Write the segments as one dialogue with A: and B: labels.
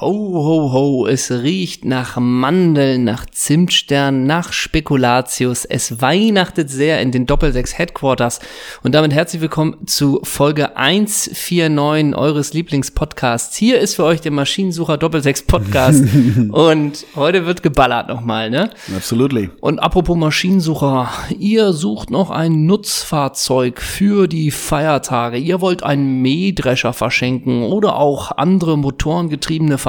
A: Ho, ho, ho, es riecht nach Mandeln, nach Zimtstern, nach Spekulatius. Es weihnachtet sehr in den Doppelsechs Headquarters. Und damit herzlich willkommen zu Folge 149 eures Lieblingspodcasts. Hier ist für euch der Maschinensucher Doppelsechs Podcast. Und heute wird geballert nochmal, ne?
B: Absolutely.
A: Und apropos Maschinensucher, ihr sucht noch ein Nutzfahrzeug für die Feiertage. Ihr wollt einen Mähdrescher verschenken oder auch andere motorengetriebene Fahrzeuge.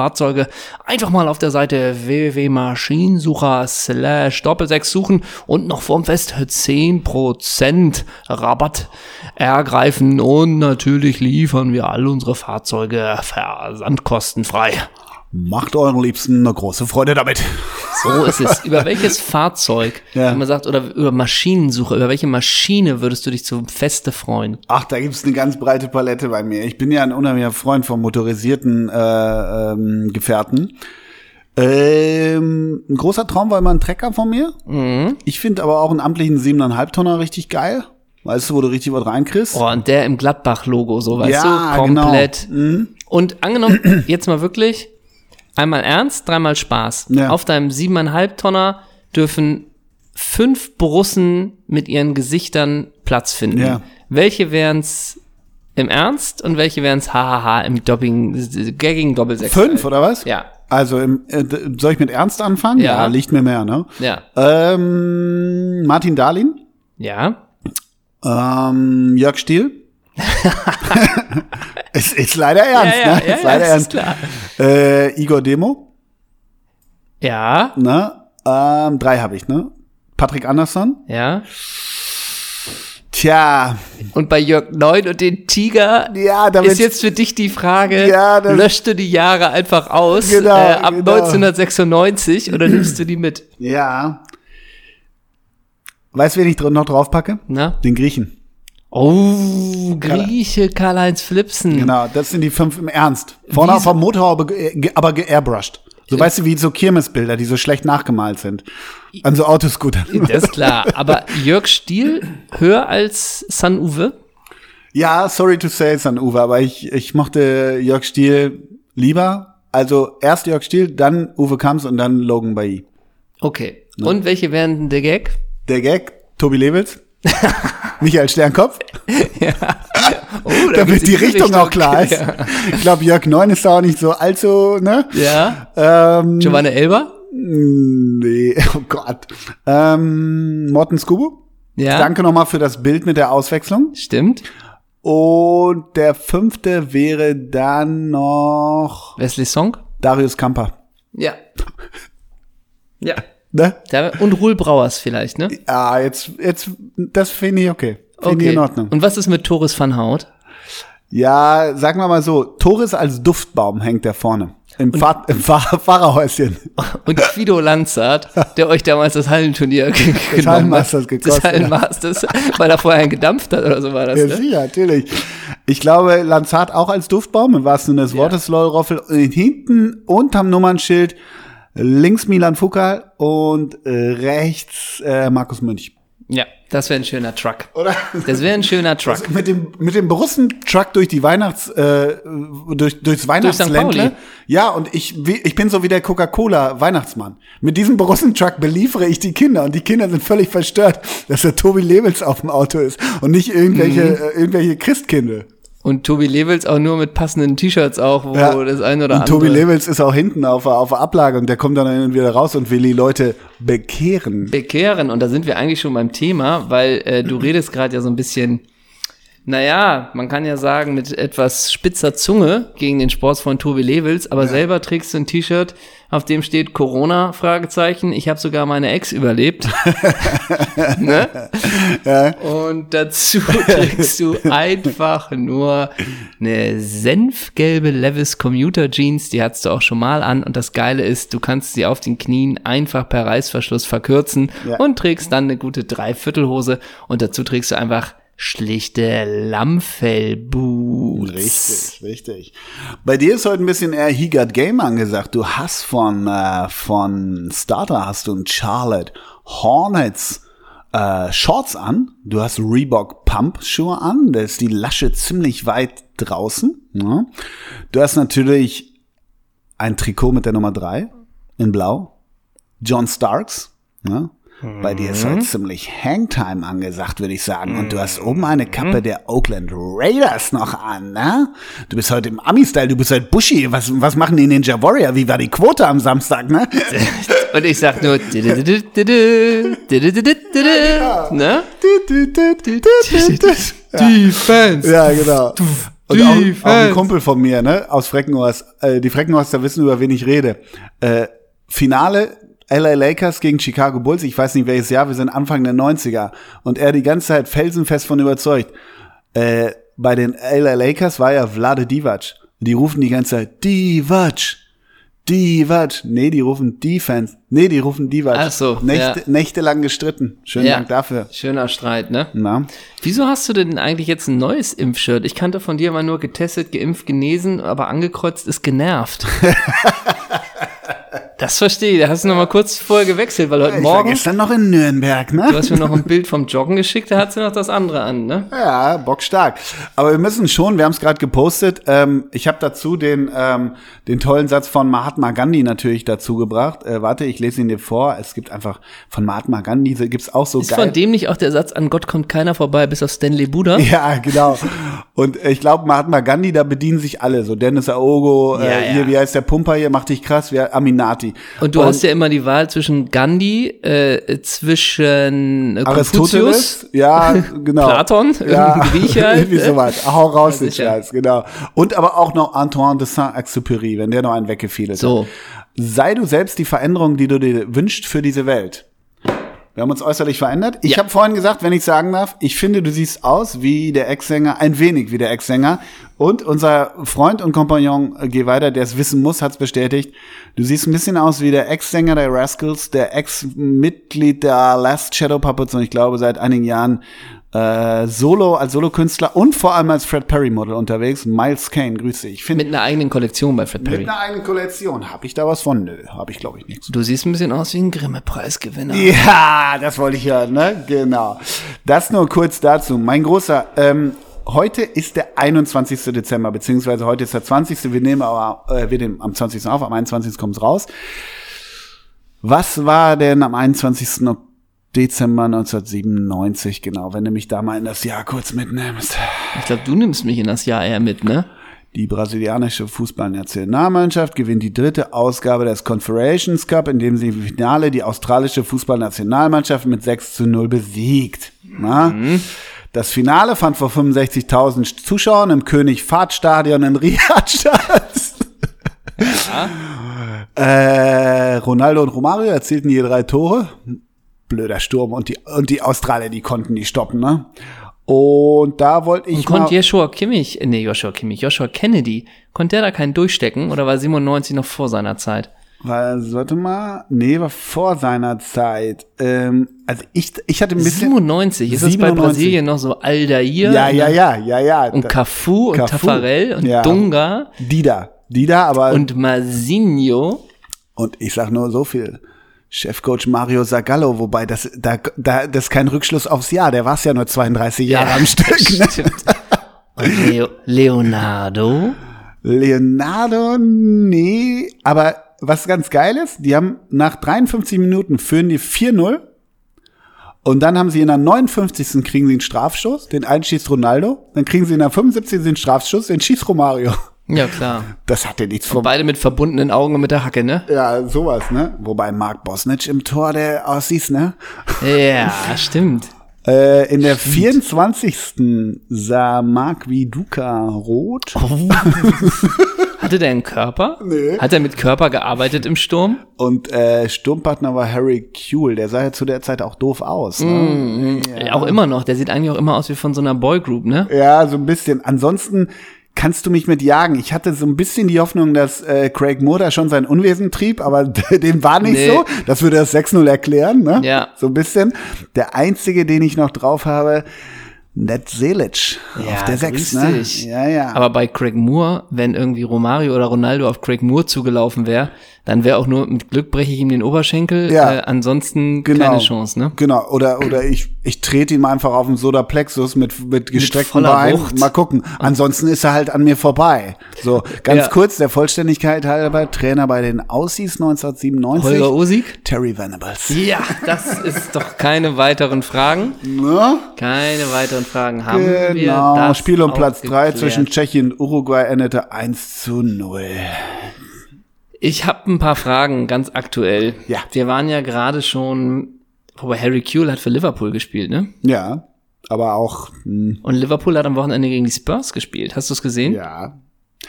A: Einfach mal auf der Seite www.maschinensucher slash doppelsechs suchen und noch vorm Fest 10% Rabatt ergreifen. Und natürlich liefern wir all unsere Fahrzeuge versandkostenfrei.
B: Macht euren Liebsten eine große Freude damit.
A: So ist es. Über welches Fahrzeug,
B: Ja.
A: wenn man sagt, oder über Maschinensuche, über welche Maschine würdest du dich zum Feste freuen?
B: Ach, da gibt's eine ganz breite Palette bei mir. Ich bin ja ein unheimlicher Freund von motorisierten äh, ähm, Gefährten. Ähm, ein großer Traum war immer ein Trecker von mir.
A: Mhm.
B: Ich finde aber auch einen amtlichen 7,5 Tonner richtig geil. Weißt du, wo du richtig was reinkriegst?
A: Oh, und der im Gladbach-Logo, so weißt
B: Ja,
A: du, komplett.
B: genau. Mhm.
A: Und angenommen, jetzt mal wirklich, einmal ernst, dreimal Spaß.
B: Ja.
A: Auf deinem siebeneinhalb Tonner dürfen fünf Brussen mit ihren Gesichtern Platz finden.
B: Ja.
A: Welche wären's im Ernst und welche wären's hahaha im Dopping, Gagging Doppelsechs?
B: Fünf, oder was?
A: Ja,
B: Also, im, äh, d- soll ich mit Ernst anfangen?
A: Ja.
B: liegt mir mehr, ne?
A: ja,
B: Ähm, Martin Dahlin,
A: ja.
B: ähm, Jörg Stiel. es ist leider ernst,
A: ja,
B: ne?
A: ja,
B: ist
A: ja,
B: leider
A: das
B: ernst.
A: ist klar.
B: Äh, Igor Demo,
A: Ja,
B: ne? Ähm, drei habe ich, ne? Patrick Andersson.
A: ja.
B: Tja,
A: Und bei Jörg Neun und den Tiger
B: ja, damit
A: ist jetzt für dich die Frage,
B: Ja, das-
A: löschst du die Jahre einfach aus
B: Genau,
A: äh, ab
B: genau.
A: 1996 oder nimmst du die mit?
B: ja. Weißt du, wen ich dr- noch draufpacke?
A: Na?
B: Den Griechen.
A: ne? Oh, Grieche Karl-Heinz Flipsen.
B: Genau, das sind die fünf im Ernst. Vorne auf
A: Wieso?
B: der Motorhaube, ge ge aber geairbrushed. So weißt du, wie so Kirmesbilder, die so schlecht nachgemalt sind. An so Autoscootern.
A: Das ist klar. Aber Jörg Stiel höher als San Uwe?
B: Ja, sorry to say es an Uwe, aber ich, ich mochte Jörg Stiel lieber. Also erst Jörg Stiel, dann Uwe Kamps und dann Logan Bailly.
A: Okay. Und welche wären denn der Gag?
B: Der Gag, Tobi Lewitz, Michael Sternkopf,
A: Oh, da geht's
B: damit
A: in
B: die Richtung, auch klar ist.
A: Ja.
B: Ich glaube, Jörg Neun ist da auch nicht so allzu, ne?
A: ja.
B: Ähm,
A: Giovanna Elber?
B: nee, oh Gott. Ähm, Morten Skubo,
A: Ja.
B: danke nochmal für das Bild mit der Auswechslung.
A: Stimmt.
B: Und der fünfte wäre dann noch
A: Wesley Song?
B: Darius Kamper,
A: Ja. Ja.
B: ne?
A: Da, und Ruhl Brauers vielleicht, ne?
B: Ja, Ah, jetzt, jetzt, das finde ich okay. Finde ich
A: Okay.
B: in Ordnung.
A: Und was ist mit Torres van Hout?
B: Ja, sagen wir mal so, Toris als Duftbaum hängt da vorne. Im, Fahr im Fahr Fahrerhäuschen.
A: Und Guido Lanzert, der euch damals das Hallenturnier ge- genommen hat.
B: Hallenmasters gekostet
A: Das
B: hat.
A: Hallenmasters, weil er vorher einen gedampft hat oder so war das,
B: Ja,
A: ne?
B: sicher, natürlich. Ich glaube, Lanzard auch als Duftbaum, im wahrsten Sinne des Wortes, Lolroffel. Und Hinten unterm Nummernschild links Milan Fukal und äh, rechts äh, Markus Münch.
A: Ja, das wäre ein schöner Truck.
B: Oder?
A: Das wäre ein schöner Truck.
B: Mit dem, mit dem Borussen-Truck durch die Weihnachts, äh, durch, durchs
A: Pauli?
B: Weihnachtsländle. ja, und ich, wie, ich bin so wie der Coca-Cola-Weihnachtsmann. Mit diesem Borussen-Truck beliefere ich die Kinder und die Kinder sind völlig verstört, dass der Tobi Lebels auf dem Auto ist und nicht irgendwelche,
A: Mhm.
B: äh, irgendwelche Christkinde.
A: Und Tobi Levels auch nur mit passenden T-Shirts auch, wo
B: Ja.
A: das ein oder
B: und
A: andere.
B: Tobi Lebels ist auch hinten auf, der- auf der Ablage und der kommt dann hin und wieder raus und will die Leute bekehren.
A: bekehren. Und da sind wir eigentlich schon beim Thema, weil äh, du redest gerade ja so ein bisschen, naja, man kann ja sagen, mit etwas spitzer Zunge gegen den Sportsfreund Tobi Levels, aber selber trägst du ein T-Shirt, auf dem steht Corona, Fragezeichen, ich habe sogar meine Ex überlebt. ne? Und dazu trägst du einfach nur eine senfgelbe Levis Commuter Jeans, die hattest du auch schon mal an. Und das Geile ist, du kannst sie auf den Knien einfach per Reißverschluss verkürzen
B: Ja.
A: und trägst dann eine gute Dreiviertelhose. Und dazu trägst du einfach schlichte Lammfellboots.
B: Richtig, richtig. Bei dir ist heute ein bisschen eher He Got Game angesagt. Du hast von, äh, von Starter hast du ein Charlotte Hornets äh, Shorts an. Du hast Reebok Pump Schuhe an. Da ist die Lasche ziemlich weit draußen. Ne? Du hast natürlich ein Trikot mit der Nummer 3 in Blau. John Starks. Ne? Bei dir ist halt ziemlich Hangtime angesagt, würde ich sagen. Und du hast oben eine Kappe der Oakland Raiders noch an, ne? Du bist heute im Ami-Style, du bist halt Bushi. Was, was machen die Ninja Warrior? Wie war die Quote am Samstag, ne?
A: Und ich sag nur. Ne? Defense.
B: Ja, genau. Und auch,
A: Defense.
B: auch ein Kumpel von mir, ne, aus Freckenhorst. Äh, die Freckenhorster wissen, über wen ich rede. Äh, Finale LA Lakers gegen Chicago Bulls. Ich weiß nicht, welches Jahr. Wir sind Anfang der 90er. Und er die ganze Zeit felsenfest von überzeugt. Äh, bei den LA Lakers war ja Vlade Divac. Die rufen die ganze Zeit Divac. Divac. Nee, die rufen Defense. Nee, die rufen Divac.
A: Ach so,
B: Nächte,
A: ja.
B: Nächtelang gestritten. Schönen
A: Ja.
B: Dank dafür.
A: Schöner Streit, ne?
B: Na?
A: Wieso hast du denn eigentlich jetzt ein neues Impfshirt? Ich kannte von dir immer nur getestet, geimpft, genesen, aber angekreuzt ist genervt. das verstehe ich. Da hast du noch mal kurz vorher gewechselt, weil heute
B: Ich war
A: Morgen,
B: gestern noch in Nürnberg, ne?
A: du hast mir noch ein Bild vom Joggen geschickt, da hat sie noch das andere an, ne?
B: Ja, bockstark. Aber wir müssen schon, wir haben es gerade gepostet, ähm, ich habe dazu den, ähm, den tollen Satz von Mahatma Gandhi natürlich dazu gebracht. Äh, warte, ich lese ihn dir vor. Es gibt einfach von Mahatma Gandhi, gibt es auch so
A: Ist
B: geil.
A: von dem nicht auch der Satz, an Gott kommt keiner vorbei, bis auf Stanley Buddha?
B: Ja, genau. Und äh, ich glaube, Mahatma Gandhi, da bedienen sich alle. So Dennis Aogo,
A: Ja,
B: äh,
A: ja.
B: hier, wie heißt der Pumper hier, macht dich krass, wie Aminati.
A: Und du hast ja immer die Wahl zwischen Gandhi, äh, zwischen äh, Konfuzius,
B: Aristoteles, ja, genau.
A: Platon,
B: ja,
A: irgendein Grieche halt,
B: irgendwie
A: ne?
B: sowas. Hau raus, den
A: sicher.
B: Scheiß, genau. Und aber auch noch Antoine de Saint-Exupéry, wenn der noch einen weggefiedelt
A: So.
B: hat. Sei du selbst die Veränderung, die du dir wünschst für diese Welt. Wir haben uns äußerlich verändert. Ich
A: Ja.
B: habe vorhin gesagt, wenn ich sagen darf, ich finde, du siehst aus wie der Ex-Sänger, ein wenig wie der Ex-Sänger. Und unser Freund und Kompagnon, äh, geh weiter, der es wissen muss, hat es bestätigt. Du siehst ein bisschen aus wie der Ex-Sänger der Rascals, der Ex-Mitglied der Last Shadow Puppets und ich glaube seit einigen Jahren äh, Solo als Solokünstler und vor allem als Fred Perry Model unterwegs. Miles Kane, grüße. Ich finde
A: mit einer eigenen Kollektion bei Fred Perry.
B: mit einer eigenen Kollektion habe ich da was von? Nö, habe ich glaube ich nichts.
A: Du siehst ein bisschen aus wie ein Grimme-Preisgewinner.
B: Ja, das wollte ich hören, ne? Genau. Das nur kurz dazu. Mein großer, ähm, heute ist der 21. Dezember, beziehungsweise heute ist der 20. Wir nehmen aber, äh, wir nehmen am 20. auf, am 21. kommt's raus. Was war denn am 21. Dezember 1997 genau, wenn du mich da mal in das Jahr kurz mitnimmst?
A: Ich glaube, du nimmst mich in das Jahr eher mit, ne?
B: Die brasilianische Fußballnationalmannschaft gewinnt die dritte Ausgabe des Confederations Cup, indem sie im Finale die australische Fußballnationalmannschaft mit 6 zu 0 besiegt. Na?
A: Mhm.
B: Das Finale fand vor 65.000 Zuschauern im König Fahd Stadion in Riyadh statt. Äh, Ronaldo und Romario erzielten je drei Tore. Blöder Sturm und die, und die Australier, die konnten die stoppen, ne? Und da wollte ich
A: Und
B: mal
A: konnte Joshua Kimmich, äh, nee, Joshua Kimmich, Joshua Kennedy, konnte der da keinen durchstecken oder war 97 noch vor seiner Zeit?
B: Weil, warte mal, nee, war vor seiner Zeit. Ähm, also ich, ich hatte ein bisschen.
A: 97, ist es bei
B: 97.
A: Brasilien noch so Aldair
B: Ja, ja, ja, ja, ja.
A: und Cafu und
B: Cafu.
A: Tafarel und
B: Ja.
A: Dunga
B: Dida. Dida, aber. Und,
A: und Masinho.
B: ich sag nur so viel. Chefcoach Mario Zagallo, wobei das, da, da, das ist kein Rückschluss aufs Jahr. Der war es ja nur 32 Jahre am Stück. Ne?
A: Stimmt. Und Leo, Leonardo.
B: Leonardo, nee. Aber was ganz geil ist, die haben nach 53 Minuten führen die 4-0. Und dann haben sie in der 59. kriegen sie einen Strafstoß, den einen schießt Ronaldo. Dann kriegen sie in der 75. den Strafstoß, den schießt Romario.
A: Ja, klar.
B: Das hat ja nichts vom...
A: Beide mit verbundenen Augen und mit der Hacke, ne?
B: Ja, sowas, ne? Wobei Mark Bosnitsch im Tor, der aussieht, ne?
A: Ja, stimmt.
B: Äh, in der 24. sah Mark Viduka rot.
A: Hatte der einen Körper?
B: Nee.
A: Hat er mit Körper gearbeitet im Sturm?
B: Und äh, Sturmpartner war Harry Kuehl. Der sah ja zu der Zeit auch doof aus. Ne?
A: Äh, Auch immer noch. Der sieht eigentlich auch immer aus wie von so einer Boygroup, ne?
B: Ja, so ein bisschen. Ansonsten kannst du mich mit jagen. Ich hatte so ein bisschen die Hoffnung, dass äh, Craig Moore da schon sein Unwesen trieb, aber dem war nicht
A: Nee.
B: so. Das würde das 6-0 erklären, ne?
A: Ja.
B: So ein bisschen. Der einzige, den ich noch drauf habe, Ned Selic auf der 6,
A: grüß
B: ne?
A: dich.
B: Ja, ja.
A: Aber bei Craig Moore, wenn irgendwie Romario oder Ronaldo auf Craig Moore zugelaufen wäre, dann wäre auch nur mit Glück breche ich ihm den Oberschenkel.
B: Ja.
A: Äh, ansonsten
B: Genau.
A: keine Chance, ne?
B: Genau, oder, oder ich Ich trete ihm einfach auf den Sodaplexus mit, mit gestreckten
A: voller
B: Beinen.
A: Wucht.
B: Mal gucken. Ansonsten ist er halt an mir vorbei. So, ganz
A: Ja.
B: kurz, der Vollständigkeit halber, Trainer bei den Aussies 1997.
A: Holger Osig?
B: Terry Venables.
A: Ja, das ist doch keine weiteren Fragen.
B: Ne?
A: Keine weiteren Fragen haben wir.
B: Genau,
A: das
B: Spiel um
A: auch
B: Platz drei
A: geklärt.
B: zwischen Tschechien und Uruguay endete 1 zu 0.
A: Ich habe ein paar Fragen, ganz aktuell.
B: Ja.
A: Wir waren ja gerade schon, aber Harry Kuehl hat für Liverpool gespielt, ne?
B: Ja, aber auch, hm,
A: Und Liverpool hat am Wochenende gegen die Spurs gespielt. Hast du es gesehen?
B: ja.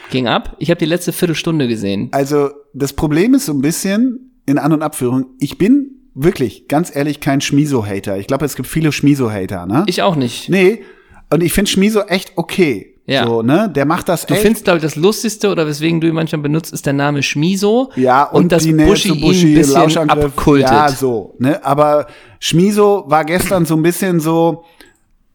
A: Ging ab. Ich habe die letzte Viertelstunde gesehen.
B: Also, das Problem ist so ein bisschen in An- und Abführung. Ich bin wirklich, ganz ehrlich, kein Schmiso-Hater. Ich glaube, es gibt viele Schmiso-Hater, ne?
A: Ich auch nicht.
B: nee, und ich finde Schmiso echt okay.
A: Ja.
B: So, ne? Der macht das
A: Du
B: echt.
A: findest, glaube ich, das Lustigste oder weswegen du ihn manchmal benutzt, ist der Name Schmiso.
B: Ja, und,
A: das
B: die Nähe
A: Buschi
B: zu
A: ihn
B: Buschi,
A: ein bisschen
B: Lauschangriff.
A: abkultet.
B: Ja, so, ne? Aber Schmiso war gestern so ein bisschen so,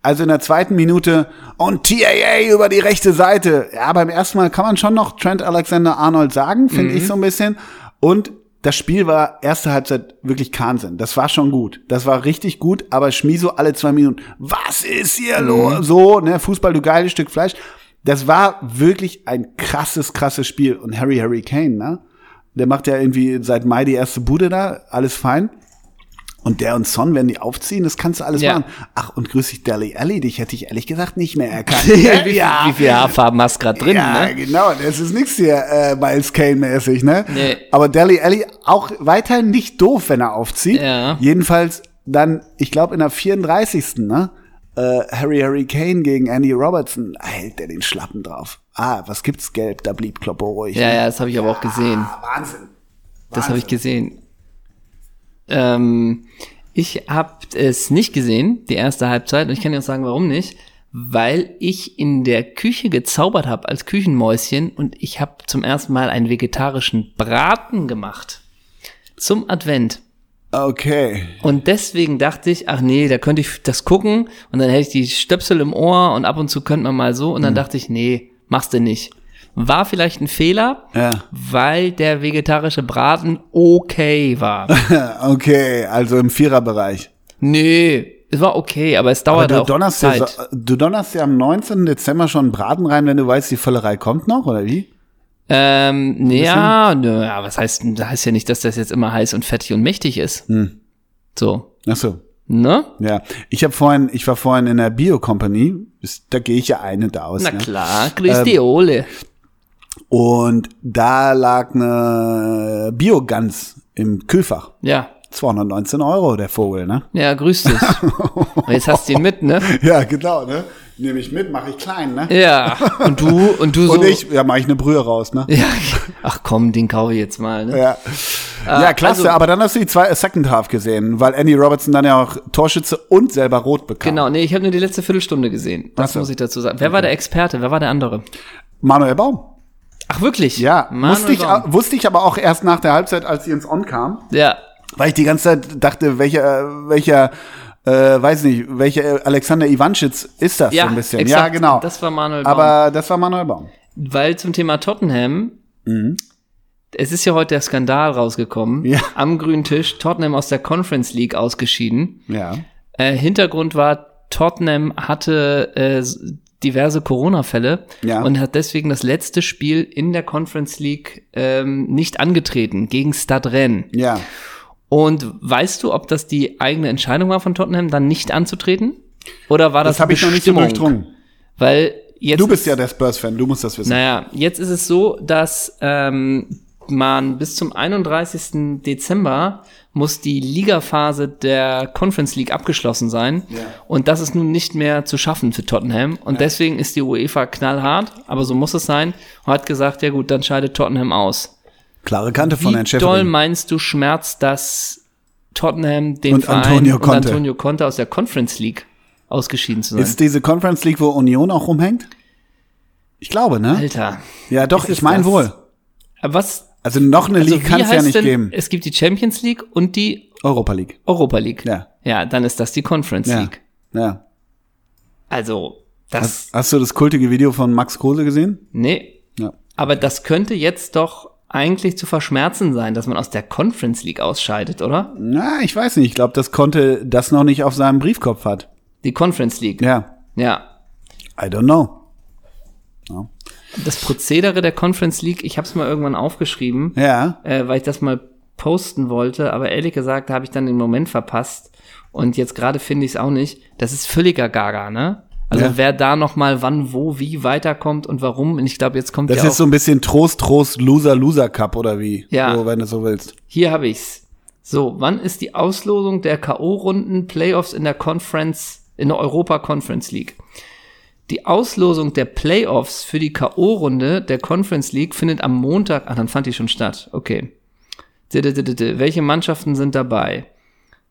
B: also in der zweiten Minute, und TAA über die rechte Seite. Ja, beim ersten Mal kann man schon noch Trent Alexander-Arnold sagen, finde ich so ein bisschen. Und das Spiel war erste Halbzeit wirklich Wahnsinn. Das war schon gut. Das war richtig gut, aber Schmiso alle zwei Minuten. Was ist hier los? So, ne? Fußball, du geiles Stück Fleisch. Das war wirklich ein krasses, krasses Spiel. Und Harry, Harry Kane, ne? Der macht ja irgendwie seit Mai die erste Bude da, alles fein. Und der und Son werden die aufziehen, das kannst du alles
A: Ja.
B: machen. Ach, und grüß dich, Dally Alley, dich hätte ich ehrlich gesagt nicht mehr erkannt. ne?
A: wie, wie viele Haarfarben hast du gerade drin,
B: ja,
A: ne?
B: genau, das ist nichts hier äh, Miles Kane-mäßig, ne?
A: Nee.
B: Aber Dally Alley auch weiterhin nicht doof, wenn er aufzieht.
A: Ja.
B: Jedenfalls dann, ich glaube, in der 34. Ne? Äh, Harry Harry Kane gegen Andy Robertson, da hält der den Schlappen drauf. Ah, was gibt's gelb? Da blieb Kloppo ruhig. ne?
A: Ja, ja, das habe ich aber auch gesehen.
B: Ah, Wahnsinn.
A: Das habe ich gesehen. Ähm, ich habe es nicht gesehen, die erste Halbzeit, und ich kann dir auch sagen, warum nicht. Weil ich in der Küche gezaubert habe als Küchenmäuschen und ich habe zum ersten Mal einen vegetarischen Braten gemacht. Zum Advent.
B: Okay.
A: Und deswegen dachte ich, ach nee, da könnte ich das gucken und dann hätte ich die Stöpsel im Ohr und ab und zu könnte man mal so und dann dachte ich, nee, machst du nicht. War vielleicht ein Fehler,
B: Ja.
A: weil der vegetarische Braten okay war.
B: Okay, also im Viererbereich.
A: nee, es war okay, aber es
B: Aber
A: dauerte
B: du
A: auch
B: donnerst, ja,
A: Zeit.
B: so- du donnerst ja am 19. Dezember schon einen Braten rein, wenn du weißt, die Völlerei kommt noch, oder wie?
A: Ähm, nee, ja, nö, ja, was heißt, das heißt ja nicht, dass das jetzt immer heiß und fettig und mächtig ist.
B: Hm.
A: So,
B: Ach so.
A: ne?
B: Ja, ich habe vorhin, ich war vorhin in der Bio Company, ist- da gehe ich ja eine da aus.
A: Na
B: ne?
A: klar, grüß die Ole.
B: Und da lag eine Bio Gans im Kühlfach.
A: Ja,
B: 219 Euro der Vogel, ne?
A: ja, grüß dich. Und jetzt hast du ihn mit, ne?
B: Ja, genau, ne? Nehme ich mit, mache ich klein, ne?
A: Ja, und du, und du Äh, so.
B: Und ich, ja, mache ich eine Brühe raus, ne?
A: Ja, ach komm, den kaufe ich jetzt mal. Ne?
B: Ja, ja klasse,
A: also-
B: aber dann hast du die zwei, äh, Second Half gesehen, weil Andy Robertson dann ja auch Torschütze und selber rot bekam.
A: Genau, nee, ich habe nur die letzte Viertelstunde gesehen. Das
B: Ach so.
A: muss ich dazu sagen. Wer war der Experte? Wer war der andere?
B: Manuel Baum.
A: Ach wirklich?
B: Ja,
A: Manuel
B: musste ich,
A: Baum.
B: wusste ich aber auch erst nach der Halbzeit, als sie ins On kam.
A: Ja,
B: Weil ich die ganze Zeit dachte, welcher, welcher, äh, weiß nicht, welcher Alexander Ivanschitz ist das
A: ja,
B: so ein bisschen?
A: exakt.
B: Ja, genau.
A: Das war Manuel Baum.
B: aber das war Manuel Baum.
A: Weil zum Thema Tottenham, es ist ja heute der Skandal rausgekommen.
B: Mhm. Ja.
A: Am grünen Tisch, Tottenham aus der Conference League ausgeschieden.
B: Ja.
A: Äh, Hintergrund war, Tottenham hatte äh, s- diverse Corona-Fälle
B: Ja.
A: und hat deswegen das letzte Spiel in der Conference League ähm, nicht angetreten gegen Stade Rennes.
B: Ja.
A: Und weißt du, ob das die eigene Entscheidung war von Tottenham, dann nicht anzutreten? Oder war das,
B: Das habe ich noch nicht so
A: Bestimmung?
B: durchdrungen.
A: Weil jetzt
B: Du bist ja der Spurs-Fan, du musst das wissen.
A: naja, jetzt ist es so, dass ähm, man bis zum 31. Dezember muss die Ligaphase der Conference League abgeschlossen sein.
B: Ja.
A: Und das ist nun nicht mehr zu schaffen für Tottenham. Und deswegen ist die UEFA knallhart, aber so muss es sein, und hat gesagt, ja gut, dann scheidet Tottenham aus.
B: Klare Kante von
A: Wie
B: Herrn
A: doll
B: Schäfer.
A: meinst du, schmerzt das Tottenham den
B: Und
A: Verein
B: Antonio Conte.
A: und Antonio Conte aus der Conference League ausgeschieden zu sein?
B: Ist diese Conference League, wo Union auch rumhängt? Ich glaube, ne?
A: Alter,
B: Ja, doch,
A: ist es
B: ich meine
A: das?
B: wohl.
A: aber was
B: Also noch eine
A: Also
B: League kann es
A: wie
B: ja
A: heißt
B: nicht
A: denn,
B: geben.
A: Es gibt die Champions League und die
B: Europa League.
A: Europa League.
B: Ja.
A: Ja, dann ist das die Conference
B: Ja.
A: League.
B: ja.
A: Also, das,
B: Hast du das kultige Video von Max Kruse gesehen?
A: nee.
B: Ja.
A: Aber das könnte jetzt doch eigentlich zu verschmerzen sein, dass man aus der Conference League ausscheidet, oder?
B: Na, ich weiß nicht. Ich glaube, das konnte das noch nicht auf seinem Briefkopf hat.
A: Die Conference League.
B: Ja.
A: Ja.
B: I don't know.
A: Das Prozedere der Conference League, ich habe es mal irgendwann aufgeschrieben,
B: Ja.
A: äh, weil ich das mal posten wollte, aber ehrlich gesagt habe ich dann den Moment verpasst und jetzt gerade finde ich es auch nicht. Das ist völliger Gaga, ne? Also
B: Ja.
A: wer da noch mal wann, wo, wie weiterkommt und warum. Und ich glaube, jetzt kommt
B: Das
A: ja auch,
B: ist so ein bisschen Trost, Trost, Loser, Loser Cup oder wie?
A: Ja.
B: So, wenn du so willst.
A: hier habe ich's. So, wann ist die Auslosung der KO-Runden Playoffs in der Conference, in der Europa Conference League? Die Auslosung der Playoffs für die K.O.-Runde der Conference League findet am Montag, ach, dann fand die schon statt, okay. Dididididi. Welche Mannschaften sind dabei?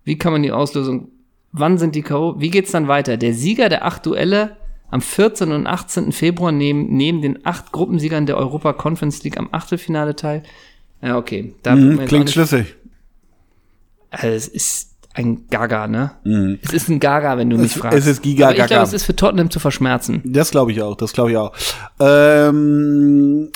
A: Wie kann man die Auslosung, wann sind die K.O., wie geht's dann weiter? Der Sieger der acht Duelle am 14. und 18. Februar nehmen, nehmen den acht Gruppensiegern der Europa Conference League am Achtelfinale teil. Ja, okay. Da wird man
B: Mhm,
A: jetzt auch
B: klingt
A: nicht-
B: schlüssig.
A: also es ist ein Gaga, ne? Es ist ein Gaga, wenn du mich fragst.
B: Mhm. es ist Giga
A: Aber ich
B: Gaga.
A: glaube, es ist für Tottenham zu verschmerzen.
B: Das glaube ich auch, das glaube ich auch. Ähm,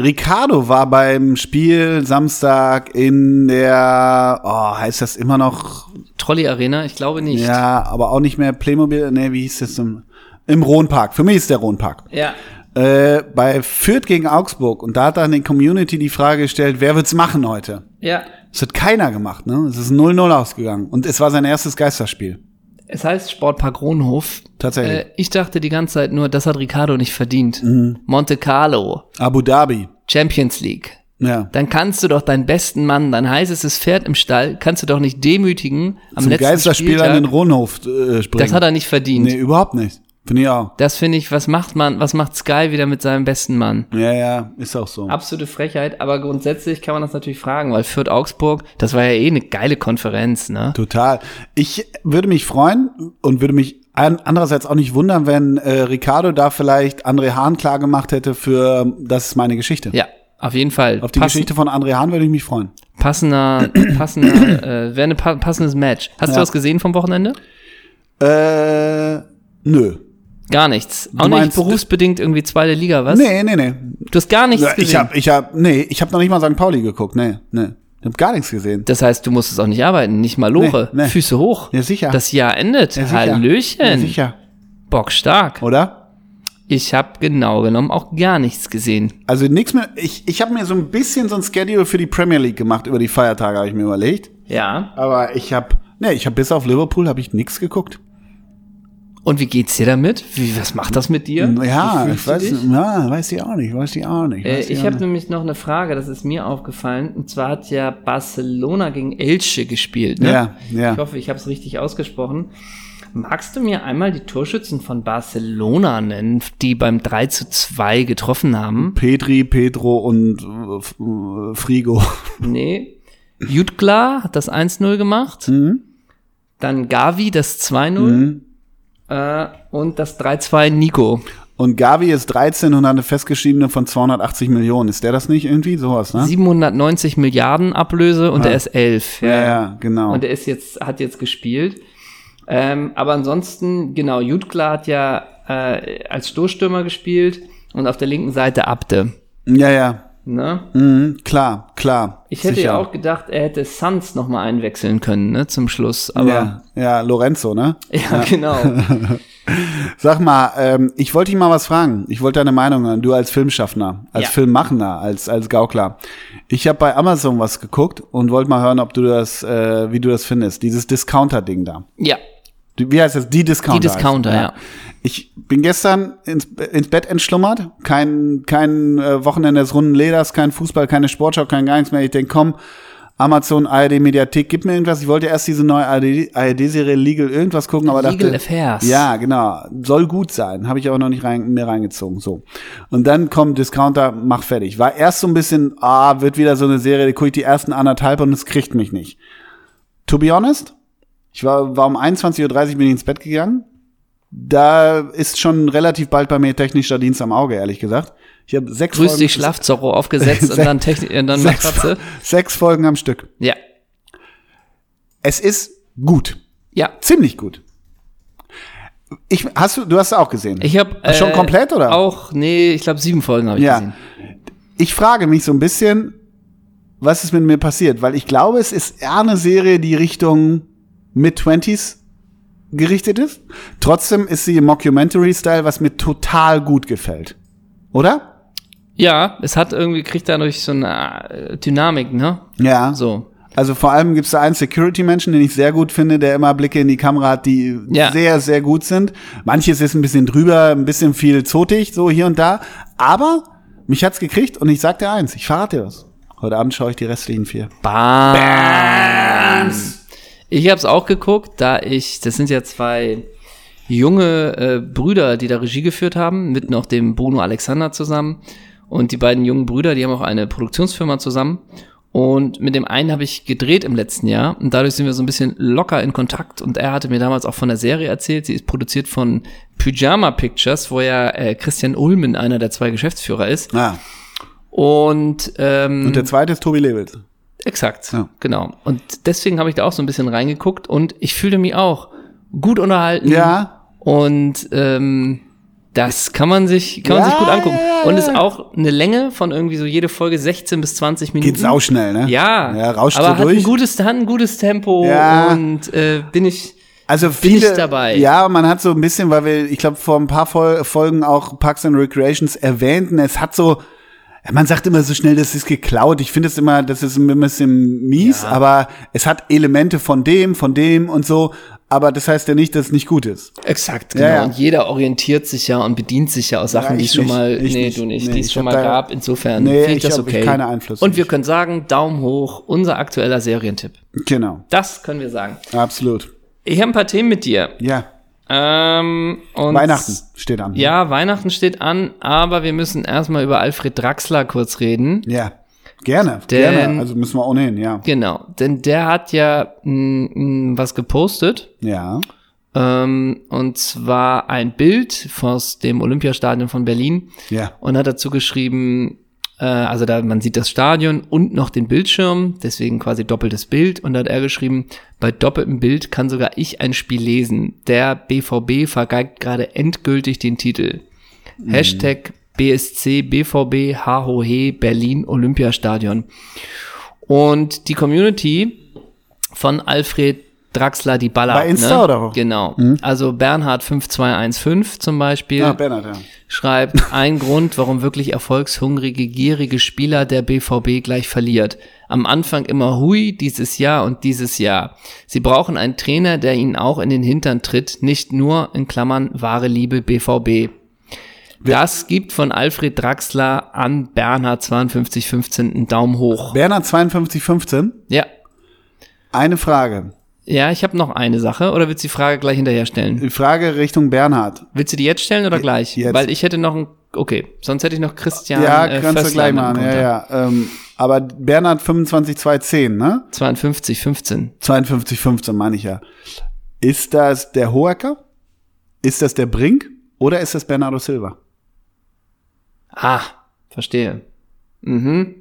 B: Ricardo war beim Spiel Samstag in der, oh, heißt das immer noch?
A: Trolley Arena, ich glaube nicht.
B: Ja, aber auch nicht mehr Playmobil, nee, wie hieß das denn? Im Rhonpark. Für mich ist der Rhonpark.
A: Ja.
B: Äh, bei Fürth gegen Augsburg. Und da hat dann die Community die Frage gestellt, wer wird's machen heute?
A: Ja.
B: Das hat keiner gemacht, ne? Es ist 0-0 ausgegangen. Und es war sein erstes Geisterspiel.
A: Es heißt Sportpark Ronhof.
B: Tatsächlich.
A: Äh, ich dachte die ganze Zeit nur, das hat Ricardo nicht verdient.
B: Mhm.
A: Monte Carlo,
B: Abu Dhabi.
A: Champions League.
B: Ja.
A: Dann kannst du doch deinen besten Mann, dein heißestes Pferd im Stall, kannst du doch nicht demütigen am
B: Zum
A: letzten
B: Geisterspiel
A: Spieltag.
B: an den Rohnhof äh, springen.
A: das hat er nicht verdient.
B: Nee, überhaupt nicht. Finde ich auch.
A: Das finde ich, was macht man, was macht Sky wieder mit seinem besten Mann?
B: Ja, ja, ist auch so.
A: Absolute Frechheit, aber grundsätzlich kann man das natürlich fragen, weil Fürth Augsburg, das war ja eh eine geile Konferenz, ne?
B: Total. Ich würde mich freuen und würde mich an, andererseits auch nicht wundern, wenn äh, Ricardo da vielleicht André Hahn klar gemacht hätte für ähm, Das ist meine Geschichte.
A: Ja, auf jeden Fall.
B: Auf die
A: Passen-
B: Geschichte von André Hahn würde ich mich freuen.
A: Passender, passender, äh, wäre ein pa passendes Match. Hast du
B: Ja.
A: was gesehen vom Wochenende?
B: Äh, nö.
A: Gar nichts. Auch nicht
B: meinst-
A: berufsbedingt irgendwie zweite Liga, was?
B: Nee, nee, nee.
A: Du hast gar nichts
B: Ja,
A: gesehen.
B: Ich hab, ich hab, nee, ich hab noch nicht mal St. Pauli geguckt. Nee, nee. Ich hab gar nichts gesehen.
A: das heißt, du musstest auch nicht arbeiten, nicht mal Lore.
B: Nee, nee.
A: Füße hoch.
B: Ja, sicher.
A: Das Jahr endet.
B: Ja, sicher.
A: Hallöchen.
B: Ja, sicher.
A: Bockstark.
B: Oder?
A: Ich habe genau genommen auch gar nichts gesehen.
B: Also nichts mehr. Ich, ich habe mir so ein bisschen so ein Schedule für die Premier League gemacht über die Feiertage, habe ich mir überlegt.
A: Ja.
B: Aber ich habe, ne, ich habe bis auf Liverpool habe ich nichts geguckt.
A: Und wie geht's dir damit? Wie, was macht das mit dir?
B: Ja,
A: Wie
B: ich
A: fühlst du
B: weiß,
A: dich?
B: ja, weiß ich auch nicht, weiß ich auch nicht.
A: Äh,
B: Weiß
A: ich
B: auch
A: habe
B: nicht.
A: nämlich noch eine Frage, das ist mir aufgefallen. Und zwar hat ja Barcelona gegen Elche gespielt. Ne?
B: Ja, ja.
A: Ich hoffe, ich habe es richtig ausgesprochen. Magst du mir einmal die Torschützen von Barcelona nennen, die beim 3 zu 2 getroffen haben?
B: Petri, Pedro und äh, F- äh, Frigo.
A: Nee. Jutkla hat das 1-0 gemacht.
B: Mhm.
A: Dann Gavi das 2-0. Äh, und das 3-2 Nico.
B: Und Gavi ist 13 und hat eine festgeschriebene von 280 Millionen. Ist der das nicht irgendwie? Sowas, ne?
A: 790 Milliarden Ablöse und der ist 11.
B: Ja, ja, genau.
A: Und er ist jetzt, hat jetzt gespielt. Ähm, aber ansonsten, genau, Jutkla hat ja äh, als Stoßstürmer gespielt und auf der linken Seite Abde.
B: Ja, ja.
A: Ne?
B: Mhm, klar, klar.
A: Ich hätte
B: Sicher.
A: ja auch gedacht, er hätte Sans nochmal einwechseln können, ne, zum Schluss. Aber
B: ja, ja, Lorenzo, ne?
A: ja, genau.
B: Sag mal, ähm, ich wollte dich mal was fragen. Ich wollte deine Meinung hören. Du als Filmschaffner, als
A: Ja.
B: Filmmachender, als als Gaukler. Ich habe bei Amazon was geguckt und wollte mal hören, ob du das, äh, wie du das findest. Dieses Discounter-Ding da.
A: ja.
B: Die- Wie heißt das? Die Discounter.
A: Die Discounter,
B: heißt-
A: ja.
B: Ich bin gestern ins, ins Bett entschlummert. Kein, kein äh, Wochenende des runden Leders, kein Fußball, keine Sportschau, kein gar nichts mehr. Ich denke, komm, Amazon, ARD, Mediathek, gib mir irgendwas. Ich wollte erst diese neue ARD-Serie Legal irgendwas gucken, aber
A: Legal
B: dachte.
A: Affairs.
B: Ja, genau. Soll gut sein. Habe ich aber noch nicht rein, mir reingezogen. So. Und dann kommt Discounter, mach fertig. War erst so ein bisschen, ah, wird wieder so eine Serie, da gucke ich die ersten anderthalb und es kriegt mich nicht. To be honest, ich war, war um 21.30 Uhr bin ich ins Bett gegangen. Da ist schon relativ bald bei mir technischer Dienst am Auge, ehrlich gesagt. Ich habe sechs
A: Grüß
B: Folgen,
A: dich, Schlafzorro aufgesetzt und
B: Sech-
A: dann, Technik, und dann
B: sechs,
A: Matratze.
B: sechs Folgen am Stück.
A: Ja.
B: Es ist gut.
A: Ja.
B: Ziemlich gut. Ich, hast du, du hast auch gesehen.
A: Ich äh, habe
B: Schon komplett, oder?
A: Auch, nee, ich glaube sieben Folgen habe ich
B: Ja.
A: gesehen.
B: ich frage mich so ein bisschen, was ist mit mir passiert, weil ich glaube, es ist eher eine Serie, die Richtung Mid-20s gerichtet ist. Trotzdem ist sie im Mockumentary-Style, was mir total gut gefällt. Oder?
A: Ja, es hat irgendwie, kriegt dadurch so eine äh, Dynamik, ne?
B: Ja.
A: So.
B: Also vor allem gibt's da einen Security-Menschen, den ich sehr gut finde, der immer Blicke in die Kamera hat, die
A: Ja.
B: sehr, sehr gut sind. Manches ist ein bisschen drüber, ein bisschen viel zotig, so hier und da. Aber mich hat's gekriegt und ich sag dir eins, ich verrate dir was. Heute Abend schaue ich die restlichen vier.
A: Bam. Ich hab's auch geguckt, da ich, das sind ja zwei junge äh, Brüder, die da Regie geführt haben, mit noch dem Bruno Alexander zusammen. Und die beiden jungen Brüder, die haben auch eine Produktionsfirma zusammen. Und mit dem einen habe ich gedreht im letzten Jahr und dadurch sind wir so ein bisschen locker in Kontakt. Und er hatte mir damals auch von der Serie erzählt. Sie ist produziert von Pyjama Pictures, wo ja äh, Christian Ulmen einer der zwei Geschäftsführer ist.
B: Ah,
A: Und, ähm,
B: und der zweite ist Tobi Levels.
A: Exakt,
B: Ja.
A: genau. Und deswegen habe ich da auch so ein bisschen reingeguckt und ich fühle mich auch gut unterhalten.
B: Ja.
A: Und ähm, das kann man sich, kann man
B: Ja,
A: sich gut angucken.
B: ja, ja,
A: und
B: ja.
A: ist auch eine Länge von irgendwie so jede Folge 16 bis 20 Minuten.
B: Geht sauschnell, ne?
A: Ja,
B: Ja, rauscht
A: aber
B: so
A: Hat ein
B: durch.
A: gutes, hat ein gutes Tempo
B: Ja.
A: und äh, bin ich.
B: Also
A: ich
B: viele,
A: dabei.
B: ja, man hat so ein bisschen, weil wir, ich glaube, vor ein paar Fol Folgen auch Parks and Recreations erwähnten, es hat so, man sagt immer so schnell, das ist geklaut. Ich finde es immer, das ist ein bisschen mies, aber es hat Elemente von dem, von dem und so. Aber das heißt ja nicht, dass es nicht gut ist.
A: Exakt,
B: Ja,
A: genau.
B: ja.
A: Und jeder orientiert sich ja und bedient sich ja aus Sachen, die
B: ich
A: es schon
B: nicht,
A: mal,
B: ich
A: nee,
B: nicht,
A: du nicht,
B: nee,
A: die es
B: ich
A: schon
B: hab
A: mal
B: da-
A: gab. Insofern
B: Nee,
A: finde ich
B: ich
A: das
B: hab
A: okay.
B: keine Einflüsse.
A: Und wir können sagen, Daumen hoch, unser aktueller Serientipp.
B: Genau,
A: Das können wir sagen.
B: absolut.
A: Ich habe ein paar Themen mit dir.
B: Ja,
A: Ähm, und
B: Weihnachten steht an.
A: Ja, Weihnachten steht an, aber wir müssen erstmal über Alfred Draxler kurz reden.
B: Ja, gerne,
A: Denn-
B: gerne. Also müssen wir ohnehin, ja.
A: Genau, denn der hat ja mh, mh, was gepostet.
B: Ja,
A: Ähm, und zwar ein Bild aus dem Olympiastadion von Berlin
B: ja.
A: und hat dazu geschrieben, äh, also da man sieht das Stadion und noch den Bildschirm, deswegen quasi doppeltes Bild. Und da hat er geschrieben, bei doppeltem Bild kann sogar ich ein Spiel lesen. Der BVB vergeigt gerade endgültig den Titel.
B: Mhm.
A: Hashtag BSC BVB HOHE Berlin Olympiastadion. Und die Community von Alfred Draxler die Baller.
B: Bei Insta
A: ne?
B: oder wo?
A: Genau. Also Bernhard 5215 zum Beispiel
B: Ja, Ah, Bernhard, ja.
A: schreibt, ein Grund, warum wirklich erfolgshungrige, gierige Spieler der BVB gleich verliert. Am Anfang immer hui, dieses Jahr und dieses Jahr. Sie brauchen einen Trainer, der ihnen auch in den Hintern tritt, nicht nur, in Klammern, wahre Liebe BVB. Das gibt von Alfred Draxler an Bernhard 5215 einen Daumen hoch.
B: Bernhard 5215,
A: Ja.
B: eine Frage.
A: Ja, ich habe noch eine Sache. Oder willst du die Frage gleich hinterher stellen?
B: Die Frage Richtung Bernhard.
A: Willst du die jetzt stellen oder gleich?
B: jetzt.
A: Weil ich hätte noch ein... Okay, sonst hätte ich noch Christian
B: Ja,
A: äh,
B: kannst du
A: Fössler
B: gleich
A: im
B: machen. Ja,
A: Konter.
B: ja. Ähm, aber Bernhard 25210, ne?
A: 52, 15.
B: 5215 meine ich ja. Ist das der Hohecker? Ist das der Brink? Oder ist das Bernardo Silva?
A: Ah, verstehe. Mhm.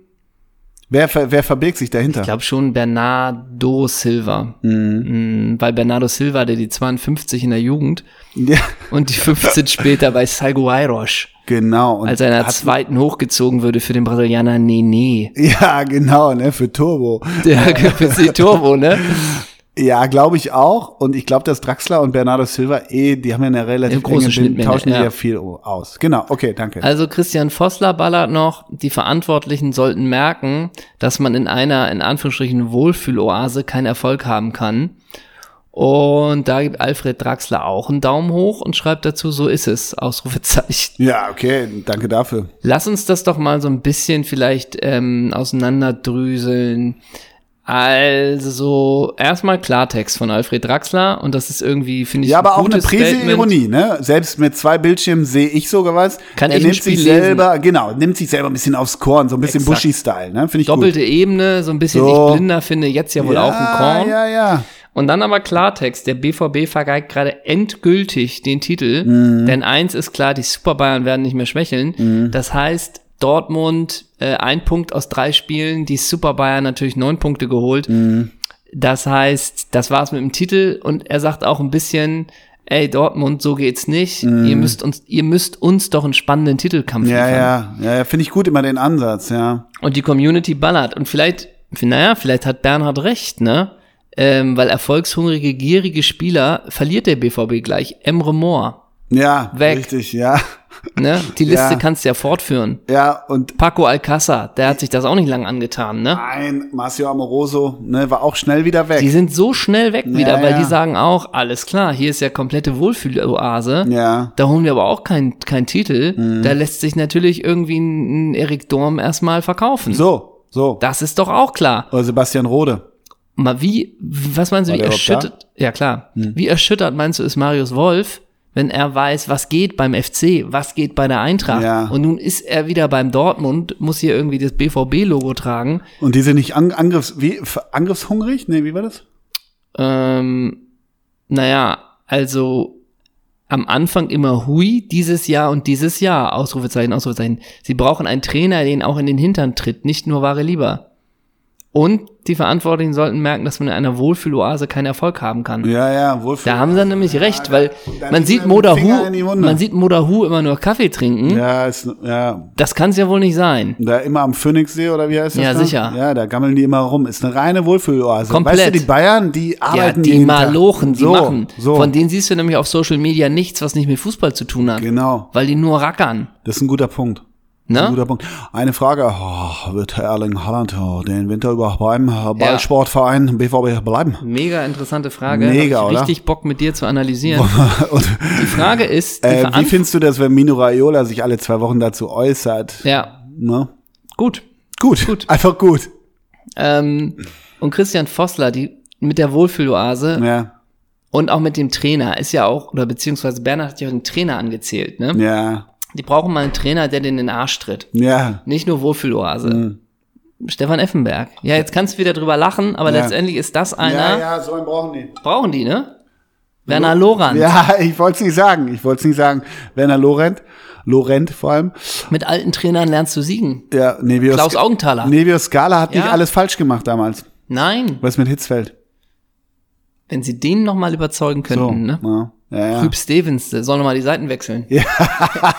B: Wer, ver- wer verbirgt sich dahinter?
A: Ich glaube schon Bernardo Silva. Mhm, Weil Bernardo Silva hatte die 52 in der Jugend
B: ja,
A: und die 15 später bei Salguairos,
B: genau. Und
A: als er in der
B: hat-
A: zweiten hochgezogen würde für den Brasilianer Nene.
B: ja, genau, ne, für Turbo.
A: Der für Turbo, ne?
B: Ja, glaube ich auch. Und ich glaube, dass Draxler und Bernardo Silva eh, die haben ja eine relativ
A: Eine große
B: enge Bindung,
A: Schnittmenge,
B: tauschen die
A: ja.
B: ja viel o- aus. Genau, okay, danke.
A: Also Christian Vossler ballert noch, die Verantwortlichen sollten merken, dass man in einer in Anführungsstrichen Wohlfühloase keinen Erfolg haben kann. Und da gibt Alfred Draxler auch einen Daumen hoch und schreibt dazu, so ist es, Ausrufezeichen.
B: ja, okay, danke dafür.
A: Lass uns das doch mal so ein bisschen vielleicht ähm, auseinanderdrüseln. Also erstmal Klartext von Alfred Draxler und das ist irgendwie, finde ich,
B: Ja,
A: ein
B: aber auch eine
A: gutes
B: Prise
A: Statement.
B: Ironie, ne? Selbst mit zwei Bildschirmen sehe ich sogar was.
A: Kann
B: er
A: ich ein
B: nimmt
A: Spiel
B: sich selber, genau, nimmt sich selber ein bisschen aufs Korn, so ein bisschen
A: Exakt.
B: Bushy-Style, ne? Finde ich
A: Doppelte Ebene, so ein bisschen
B: So.
A: ich blinder finde jetzt ja
B: gut.
A: wohl auch ein Korn.
B: Ja, ja.
A: Und dann aber Klartext, der BVB vergeigt gerade endgültig den Titel,
B: Mhm.
A: denn eins ist klar, die Super Bayern werden nicht mehr schwächeln. Das heißt, Dortmund äh, ein Punkt aus drei Spielen, die Super Bayern natürlich neun Punkte
B: Mhm.
A: geholt. Das heißt, das war's mit dem Titel und er sagt auch ein bisschen, ey Dortmund, so geht's nicht. Ihr müsst uns, ihr müsst uns doch einen spannenden Titelkampf
B: Mhm. Ja,
A: liefern.
B: ja, ja, ja finde ich gut immer den Ansatz, ja.
A: Und die Community ballert. Und vielleicht, naja, vielleicht hat Bernhard recht, ne? Ähm, weil erfolgshungrige, gierige Spieler verliert der BVB gleich. Emre Moore,
B: Ja,
A: Weg.
B: richtig, ja.
A: ne? Die Liste
B: Ja.
A: kannst du ja fortführen.
B: Ja, und
A: Paco Alcázar, der hat sich das auch nicht lang angetan, ne?
B: ein Marcio Amoroso, ne, war auch schnell wieder weg.
A: Die sind so schnell weg wieder,
B: Ja,
A: weil
B: ja.
A: die sagen auch, alles klar, hier ist ja komplette Wohlfühloase.
B: ja. Mhm.
A: Da holen wir aber auch keinen kein Titel. Da lässt sich natürlich irgendwie ein, ein Erik Dorm erstmal verkaufen.
B: So, so.
A: Das ist doch auch klar.
B: Oder Sebastian Rode.
A: Mal wie, was meinst du,
B: War
A: wie
B: der überhaupt Hm.
A: erschüttert, ja klar, wie erschüttert meinst du ist Marius Wolf, wenn er weiß, was geht beim FC, was geht bei der Eintracht?
B: Ja.
A: Und nun ist er wieder beim Dortmund, muss hier irgendwie das BVB-Logo tragen.
B: Und die sind nicht an, angriffs, wie, f- angriffshungrig? Nee, wie war das?
A: Ähm, naja, also am Anfang immer Hui, dieses Jahr und dieses Jahr, Ausrufezeichen, Ausrufezeichen. Sie brauchen einen Trainer, den auch in den Hintern tritt, nicht nur wahre Lieber. Und die Verantwortlichen sollten merken, dass man in einer Wohlfühloase keinen Erfolg haben kann.
B: Ja, ja, wohlfühl.
A: Da haben sie nämlich recht,
B: da-
A: weil
B: da
A: man
B: liegt
A: sieht
B: man mit dem Finger
A: Modahu,
B: in die Wunde.
A: man sieht Modahu immer nur Kaffee trinken.
B: Ja, ist, ja,
A: Das kann es ja wohl nicht sein.
B: da immer am Phoenixsee oder wie heißt das?
A: Ja,
B: da?
A: sicher.
B: Ja, da gammeln die immer rum. Ist eine reine Wohlfühloase.
A: Komplett.
B: Weißt du, die Bayern, die
A: Ja,
B: arbeiten
A: die
B: jeden Tag.
A: Malochen, die
B: so,
A: machen.
B: So,
A: Von denen siehst du nämlich auf Social Media nichts, was nicht mit Fußball zu tun hat.
B: genau.
A: Weil die nur rackern.
B: Das ist ein guter Punkt. Das ist Ein
A: Ne?
B: guter Punkt. Eine Frage, oh, wird Herr Erling Haaland oh, den Winter über beim äh,
A: Ja.
B: Ballsportverein BVB bleiben?
A: Mega interessante Frage.
B: Mega,
A: Hab ich
B: oder?
A: richtig Bock mit dir zu analysieren.
B: Und,
A: Die Frage ist, die
B: äh, wie
A: Verantwortung.
B: findest du das, wenn Mino Raiola sich alle zwei Wochen dazu äußert?
A: Ja,
B: Ne?
A: gut.
B: Gut.
A: Gut.
B: Einfach gut.
A: Ähm, und Christian Vossler, die mit der Wohlfühloase
B: Ja.
A: und auch mit dem Trainer ist ja auch, oder beziehungsweise Bernhard hat ja auch einen Trainer angezählt, ne?
B: Ja.
A: Die brauchen mal einen Trainer, der denen in den Arsch tritt.
B: Ja.
A: Nicht nur Wohlfühloase. Stefan Effenberg. Ja, jetzt kannst du wieder drüber lachen, aber
B: Mhm. Ja.
A: letztendlich ist das einer.
B: Ja, ja, so einen brauchen die.
A: Brauchen die, ne? Werner Lorand.
B: Ja, ich wollte es nicht sagen. Ich wollte es nicht sagen. Werner Lorent. Lorent vor allem.
A: Mit alten Trainern lernst du siegen.
B: Ja, Nevios,
A: Klaus Augenthaler.
B: Nevios Scala hat
A: Ja.
B: nicht alles falsch gemacht damals.
A: Nein.
B: Was mit Hitzfeld?
A: Wenn sie den nochmal überzeugen könnten,
B: So.
A: ne?
B: Ja, ja. ja.
A: Rüb Stevens, der soll nochmal die Seiten wechseln.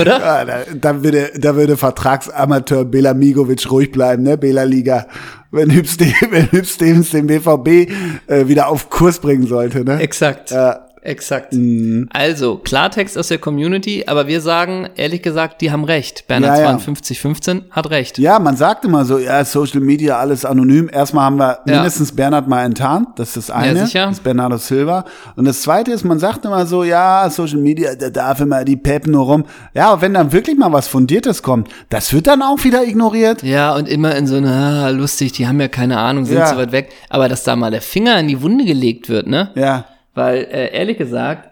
A: Oder?
B: Ah, da, da, würde, da würde Vertragsamateur Bela Migovic ruhig bleiben, ne? Bela Liga. Wenn Hüb Ste- wenn Hüb Stevens den BVB äh, wieder auf Kurs bringen sollte, ne?
A: Exakt. Exakt.
B: Mhm.
A: Also, Klartext aus der Community, aber wir sagen, ehrlich gesagt, die haben recht. Bernhard
B: Ja, ja.
A: 5215 hat recht.
B: Ja, man sagt immer so, ja, Social Media, alles anonym. Erstmal haben wir
A: Ja.
B: mindestens Bernhard mal enttarnt, das ist das eine,
A: sicher.
B: das ist Bernardo Silva. Und das zweite ist, man sagt immer so, ja, Social Media, da darf immer die Pep nur rum. Ja, aber wenn dann wirklich mal was Fundiertes kommt, das wird dann auch wieder ignoriert.
A: Ja, und immer in so einer, ah, lustig, die haben ja keine Ahnung, sind
B: Ja.
A: so weit weg. Aber dass da mal der Finger in die Wunde gelegt wird, ne?
B: Ja,
A: Weil, äh, ehrlich gesagt,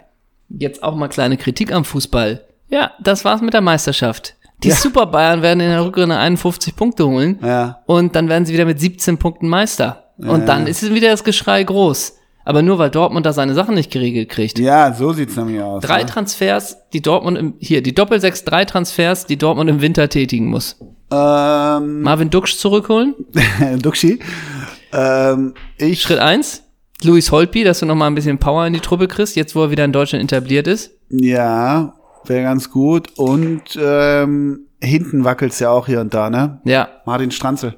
A: jetzt auch mal kleine Kritik am Fußball. Ja, das war's mit der Meisterschaft. Die Super Bayern werden in der Rückrunde 51 Punkte holen.
B: Ja.
A: Und dann werden sie wieder mit 17 Punkten Meister. Und dann ist wieder das Geschrei groß. Aber nur weil Dortmund da seine Sachen nicht geregelt kriegt.
B: ja, so sieht's nämlich aus.
A: Drei
B: ne?
A: Transfers, die Dortmund im, hier, die Doppelsechs, drei Transfers, die Dortmund im Winter tätigen muss.
B: Ähm,
A: Marvin Duksch zurückholen.
B: Duxi, ähm, ich,
A: Schritt eins. Luis Holtby, dass du nochmal ein bisschen Power in die Truppe kriegst, jetzt wo er wieder in Deutschland etabliert ist.
B: ja, wäre ganz gut. Und ähm, hinten wackelt's ja auch hier und da, ne?
A: Ja,
B: Martin Stranzel.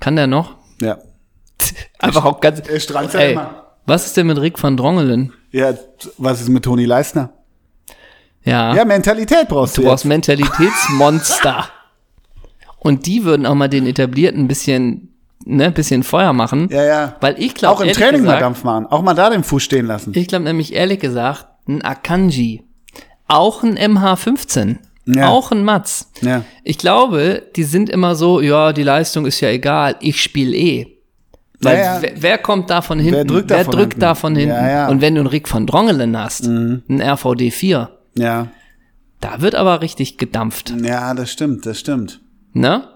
A: kann der noch?
B: Ja.
A: Einfach auch ganz.
B: Der strahlt ja
A: Ey,
B: immer.
A: was ist denn mit Rick van Drongelen?
B: Ja, t- was ist mit Toni Leisner?
A: Ja,
B: Ja, Mentalität brauchst du.
A: Ah. du brauchst
B: Jetzt.
A: Mentalitätsmonster. Und die würden auch mal den etablierten ein bisschen, ne, ein bisschen Feuer machen.
B: Ja, ja.
A: Weil ich glaube,
B: Auch im Training mal Dampf machen. Auch mal da den Fuß stehen lassen.
A: ich glaube nämlich ehrlich gesagt, ein Akanji, auch ein MH15,
B: Ja.
A: auch ein Matz.
B: Ja.
A: Ich glaube, die sind immer so, ja, die Leistung ist ja egal, ich spiele eh. Weil
B: Ja, ja.
A: Wer, wer kommt da von hinten?
B: drückt da
A: wer
B: von
A: drückt
B: hinten?
A: da von hinten?
B: Ja, ja. Mhm.
A: Und wenn du einen Rick von Drongelen hast, einen RVD4,
B: Ja.
A: da wird aber richtig gedampft.
B: Ja, das stimmt, das stimmt.
A: Ne?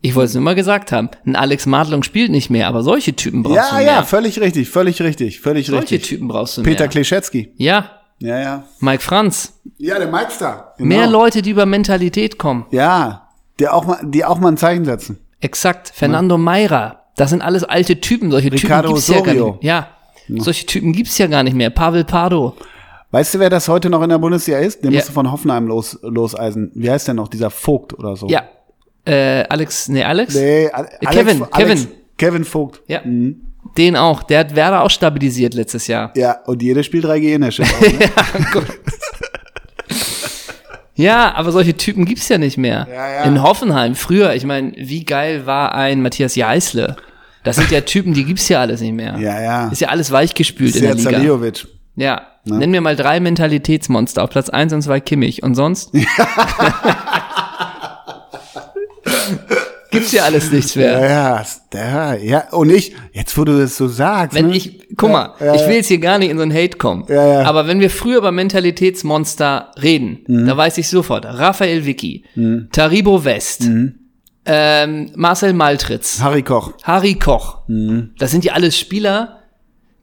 A: Ich wollte es nur mal gesagt haben. Ein Alex Madlung spielt nicht mehr, aber solche Typen brauchst
B: Ja,
A: du
B: ja,
A: mehr.
B: völlig richtig, völlig richtig, völlig
A: Solche
B: richtig.
A: Typen brauchst du
B: Peter
A: mehr.
B: Kleschetzky.
A: Ja,
B: Ja, ja.
A: Mike Franz.
B: Ja, der Mike Star. Genau.
A: Mehr Leute, die über Mentalität kommen.
B: Ja, der auch mal, die auch mal ein Zeichen setzen.
A: Exakt. Fernando Meira. Das sind alles alte Typen. Solche
B: Ricardo
A: Typen gibt's ja gar
B: Osorio.
A: nicht. Ja. Solche Typen gibt's ja gar nicht mehr. Pavel Pardo.
B: Weißt du, wer das heute noch in der Bundesliga ist? Den
A: Ja.
B: musst du von Hoffenheim los, loseisen. Wie heißt der noch? Dieser Vogt oder so?
A: Ja. Äh, Alex, nee, Alex?
B: Nee, Mhm. Al- Alex,
A: Kevin,
B: Alex,
A: Kevin.
B: Kevin Vogt.
A: Ja. Den auch. Der hat Werder auch stabilisiert letztes Jahr.
B: Ja, und jedes Spiel drei Gehirnäsche. ne?
A: Ja, aber solche Typen gibt's ja nicht mehr.
B: Ja, ja.
A: In Hoffenheim früher, ich meine, wie geil war ein Matthias Jeißle? Das sind ja Typen, die gibt's ja alles nicht mehr.
B: ja, ja.
A: Ist ja alles weichgespült in der
B: Sehr
A: Liga.
B: Zaliovic.
A: Ja. Nenn mir mal drei Mentalitätsmonster. Auf Platz eins und zwei Kimmich. Und sonst? Gibt's ja alles nichts mehr.
B: Ja, ja, ja, ja. Und ich, jetzt wo du das so sagst.
A: Wenn
B: ne?
A: ich, guck mal,
B: Ja, ja,
A: ich will jetzt hier gar nicht in so einen Hate kommen.
B: Ja, ja.
A: Aber wenn wir früher über Mentalitätsmonster reden,
B: Mhm.
A: da weiß ich sofort, Raphael Vicky, Taribo West,
B: Mhm.
A: ähm, Marcel Maltritz,
B: Harry Koch.
A: Harry Koch,
B: Mhm.
A: das sind ja alles Spieler,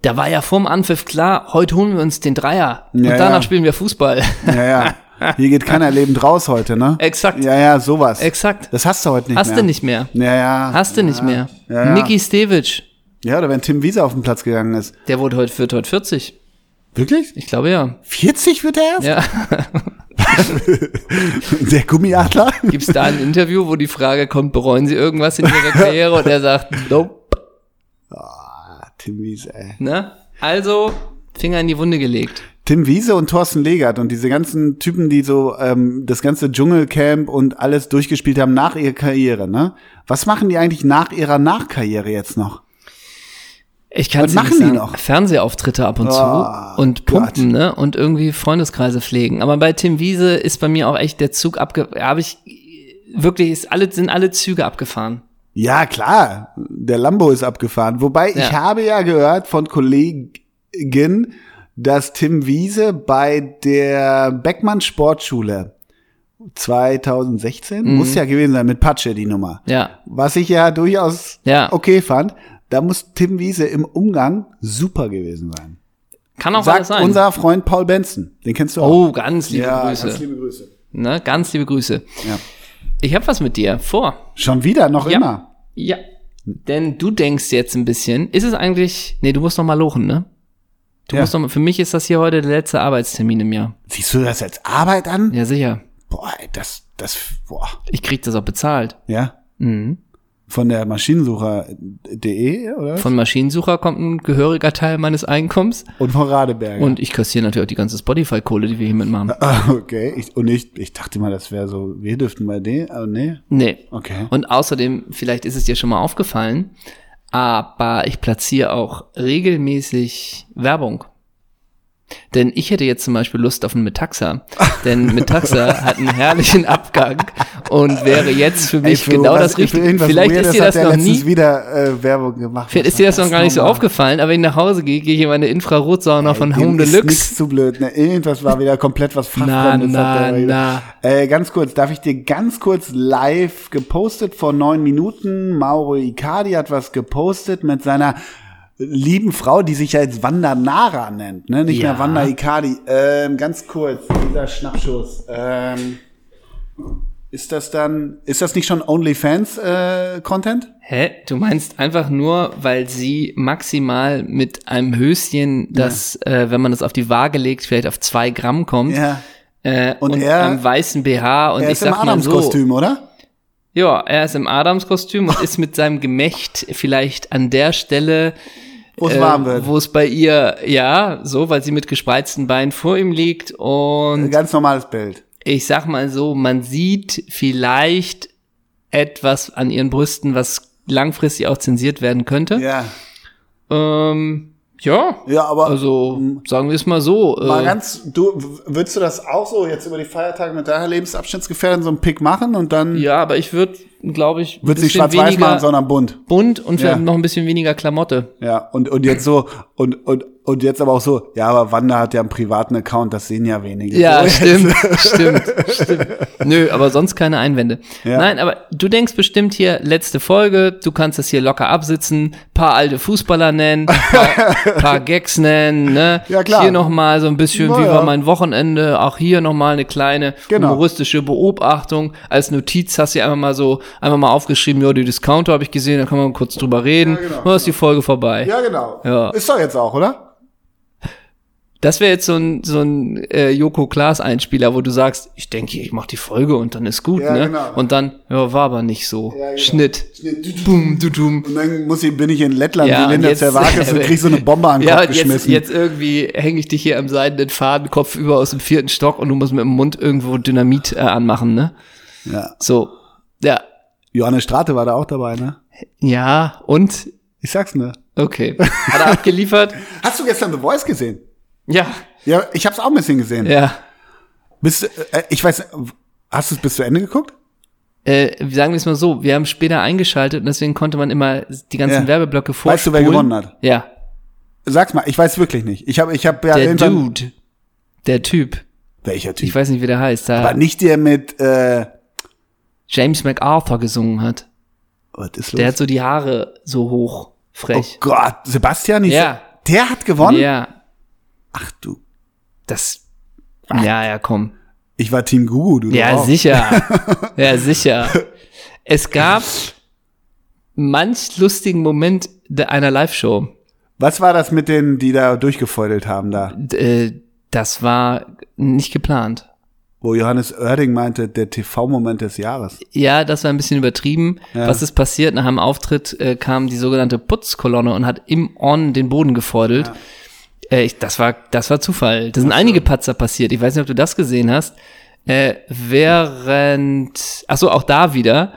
A: da war ja vorm Anpfiff klar, heute holen wir uns den Dreier und
B: Ja,
A: danach
B: ja.
A: spielen wir Fußball.
B: Ja, ja. Hier geht keiner lebend raus heute, ne?
A: Exakt.
B: Ja, ja, sowas.
A: Exakt.
B: Das hast du heute nicht
A: Hast
B: mehr.
A: du nicht mehr.
B: Ja, ja.
A: Hast du nicht mehr.
B: Ja, ja.
A: Niki Stevic,
B: Ja, oder wenn Tim Wiese auf den Platz gegangen ist.
A: der wurde heute, wird heute 40.
B: Wirklich?
A: Ich glaube ja.
B: 40 wird er erst?
A: Ja.
B: Der Gummiadler?
A: Gibt es da ein Interview, wo die Frage kommt, bereuen Sie irgendwas in Ihrer Karriere? Und er sagt, nope.
B: Tim Wiese, ey.
A: Ne? Also, Finger in die Wunde gelegt.
B: Tim Wiese und Thorsten Legert und diese ganzen Typen, die so ähm, das ganze Dschungelcamp und alles durchgespielt haben nach ihrer Karriere, ne? Was machen die eigentlich nach ihrer Nachkarriere jetzt noch?
A: Ich kann
B: Was machen die noch?
A: Fernsehauftritte ab und
B: Ah,
A: zu und pumpen, ne? Und irgendwie Freundeskreise pflegen. Aber bei Tim Wiese ist bei mir auch echt der Zug abge... Habe ich wirklich, ist alle, sind alle Züge abgefahren.
B: Ja, klar, der Lambo ist abgefahren. Wobei ich
A: Ja.
B: habe ja gehört von Kollegen, dass Tim Wiese bei der Beckmann Sportschule 2016, muss ja gewesen sein, mit Patsche die Nummer.
A: Ja.
B: Was ich ja durchaus
A: Ja.
B: okay fand, da muss Tim Wiese im Umgang super gewesen sein.
A: Kann auch alles
B: Sagt
A: sein.
B: unser Freund Paul Benson. Den kennst du auch.
A: oh, ganz liebe
B: ja,
A: Grüße.
B: ganz liebe Grüße.
A: ne? ganz liebe Grüße.
B: Ja.
A: Ich habe was mit dir vor.
B: Schon wieder, noch
A: Ja.
B: immer.
A: Ja. Denn du denkst jetzt ein bisschen, ist es eigentlich, nee, du musst noch mal lochen, ne? Du
B: Ja.
A: musst noch mal, für mich ist das hier heute der letzte Arbeitstermin im Jahr.
B: Siehst du das als Arbeit an?
A: Ja, sicher.
B: Boah, ey, das, das, boah.
A: Ich krieg das auch bezahlt.
B: Ja.
A: Mhm.
B: Von der Maschinensucher.de, oder?
A: Von Maschinensucher kommt ein gehöriger Teil meines Einkommens
B: und von Radeberger.
A: und ich kassiere natürlich auch die ganze Spotify-Kohle, die wir hier mitmachen.
B: Ah, okay. Ich, und ich, ich dachte mal, das wäre so, wir dürften bei denen, aber nee.
A: Nee.
B: Okay.
A: Und außerdem, vielleicht ist es dir schon mal aufgefallen, aber ich platziere auch regelmäßig Werbung. Denn ich hätte jetzt zum Beispiel Lust auf einen Metaxa. Denn Metaxa hat einen herrlichen Abgang und wäre jetzt für mich
B: Ey, für
A: genau
B: was-
A: das
B: für
A: Richtige.
B: irgendwas
A: Vielleicht
B: Weirdes
A: ist dir
B: hat
A: das
B: der
A: noch
B: letztens
A: nie,
B: wieder äh, Werbung gemacht.
A: vielleicht ist dir das noch gar nicht so
B: nochmal?
A: aufgefallen, aber wenn ich nach Hause gehe, gehe ich in meine Infrarotsauna von
B: Dem
A: Home
B: ist
A: Deluxe.
B: nichts zu blöd. Ne? Irgendwas war wieder komplett was
A: Na,
B: Fachfremdes. hat
A: na,
B: der wieder-
A: na.
B: Äh, ganz kurz, darf ich dir ganz kurz live gepostet vor neun Minuten. Mauro Icardi hat was gepostet mit seiner lieben Frau, die sich ja jetzt Wanda Nara nennt, ne? Nicht
A: Ja.
B: mehr Wanda Icardi. Ähm, ganz kurz, dieser Schnappschuss. Ähm, ist das dann, ist das nicht schon äh, OnlyFans-Content?
A: Hä? Du meinst einfach nur, weil sie maximal mit einem Höschen, das, äh, wenn man das auf die Waage legt, vielleicht auf zwei Gramm kommt,
B: ja.
A: äh, und,
B: er-
A: einem weißen BH und
B: Er
A: ich
B: ist im
A: sag mal so,
B: Adams-Kostüm, oder?
A: ja, er ist im Adamskostüm und ist mit seinem Gemächt vielleicht an der Stelle,
B: Wo es
A: äh,
B: warm wird.
A: wo es bei ihr, ja, so, weil sie mit gespreizten Beinen vor ihm liegt
B: Ein
A: und
B: ganz normales Bild.
A: ich sag mal so, man sieht vielleicht etwas an ihren Brüsten, was langfristig auch zensiert werden könnte.
B: Ja.
A: Ähm, ja.
B: Ja, aber
A: Also, sagen wir es mal so.
B: mal
A: Äh,
B: ganz, du, w- würdest du das auch so jetzt über die Feiertage mit deiner Lebensabschnittsgefährdin so einen Pick machen und dann
A: ja, aber ich würde, glaube ich, ein
B: wird sie
A: bisschen
B: schwarz-weiß
A: weniger
B: machen, sondern bunt.
A: bunt und vielleicht
B: Ja.
A: noch ein bisschen weniger Klamotte.
B: Ja, und, und jetzt so, und, und, und jetzt aber auch so, ja, aber Wanda hat ja einen privaten Account, das sehen ja wenige.
A: Ja,
B: so,
A: stimmt, stimmt, stimmt. Nö, aber sonst keine Einwände.
B: Ja.
A: Nein, aber du denkst bestimmt hier, letzte Folge, du kannst das hier locker absitzen, paar alte Fußballer nennen, paar, paar Gags nennen, ne?
B: Ja, klar.
A: Hier nochmal so ein bisschen,
B: Na
A: wie
B: ja.
A: war mein Wochenende, auch hier nochmal eine kleine
B: Genau.
A: humoristische Beobachtung. Als Notiz hast du hier einfach mal so einfach mal aufgeschrieben, ja, die Discounter habe ich gesehen, da kann man kurz drüber reden. Ja, genau, ist die Folge vorbei.
B: Ja, genau.
A: Ja.
B: Ist doch jetzt auch, oder?
A: Das wäre jetzt so ein, so ein äh, Joko Klaas Einspieler, wo du sagst, ich denke, ich mache die Folge und dann ist gut,
B: Ja,
A: ne?
B: genau.
A: Und dann, ja, war aber nicht so.
B: Ja, genau.
A: Schnitt.
B: Und
A: Bum, du dum.
B: dann muss ich, bin ich in Lettland
A: Ja,
B: wie Linda
A: und jetzt-
B: Zervakis und krieg so eine Bombe an den
A: Ja,
B: Kopf
A: und jetzt,
B: geschmissen.
A: jetzt irgendwie hänge ich dich hier am seidenen Faden Kopf über aus dem vierten Stock und du musst mit dem Mund irgendwo Dynamit äh, anmachen, ne?
B: Ja.
A: So. Ja.
B: Johannes Strate war da auch dabei, ne?
A: Ja, und?
B: Ich sag's ne.
A: Okay. Hat er abgeliefert?
B: Hast du gestern The Voice gesehen?
A: Ja.
B: Ja, ich hab's auch ein bisschen gesehen.
A: Ja.
B: Bist, du- äh, ich weiß, hast du es bis zu Ende geguckt?
A: Äh, sagen wir es mal so, wir haben später eingeschaltet und deswegen konnte man immer die ganzen
B: Ja.
A: Werbeblöcke vorspulen.
B: Weißt du, wer gewonnen hat?
A: Ja,
B: Sag's mal, ich weiß wirklich nicht. Ich habe, ich habe ja
A: der
B: irgendwann-
A: Dude. Der Typ.
B: Welcher Typ?
A: Ich weiß nicht, wie der heißt.
B: War
A: Da
B: nicht der mit, äh,
A: James MacArthur gesungen hat.
B: was ist
A: Der
B: los?
A: hat so die Haare so hoch.
B: oh
A: Frech.
B: Gott, Sebastian? Ich
A: Ja.
B: Der hat gewonnen?
A: ja.
B: Ach du.
A: Oh, Das. Ja, ja, komm.
B: Ich war Team Gugu, du.
A: Ja,
B: auch.
A: sicher. ja, sicher. Es gab manch lustigen Moment de- einer Live-Show.
B: Was war das mit denen, die da durchgefeudelt haben da?
A: D- äh, Das war nicht geplant.
B: Wo Johannes Oerding meinte, der TV-Moment des Jahres.
A: Ja, das war ein bisschen übertrieben.
B: Ja.
A: Was ist passiert? Nach einem Auftritt äh, kam die sogenannte Putzkolonne und hat im On den Boden gefeudelt. Äh, ich, das war, das war Zufall. Da sind einige Patzer passiert. Ich weiß nicht, ob du das gesehen hast. Äh, während, ach so, auch da wieder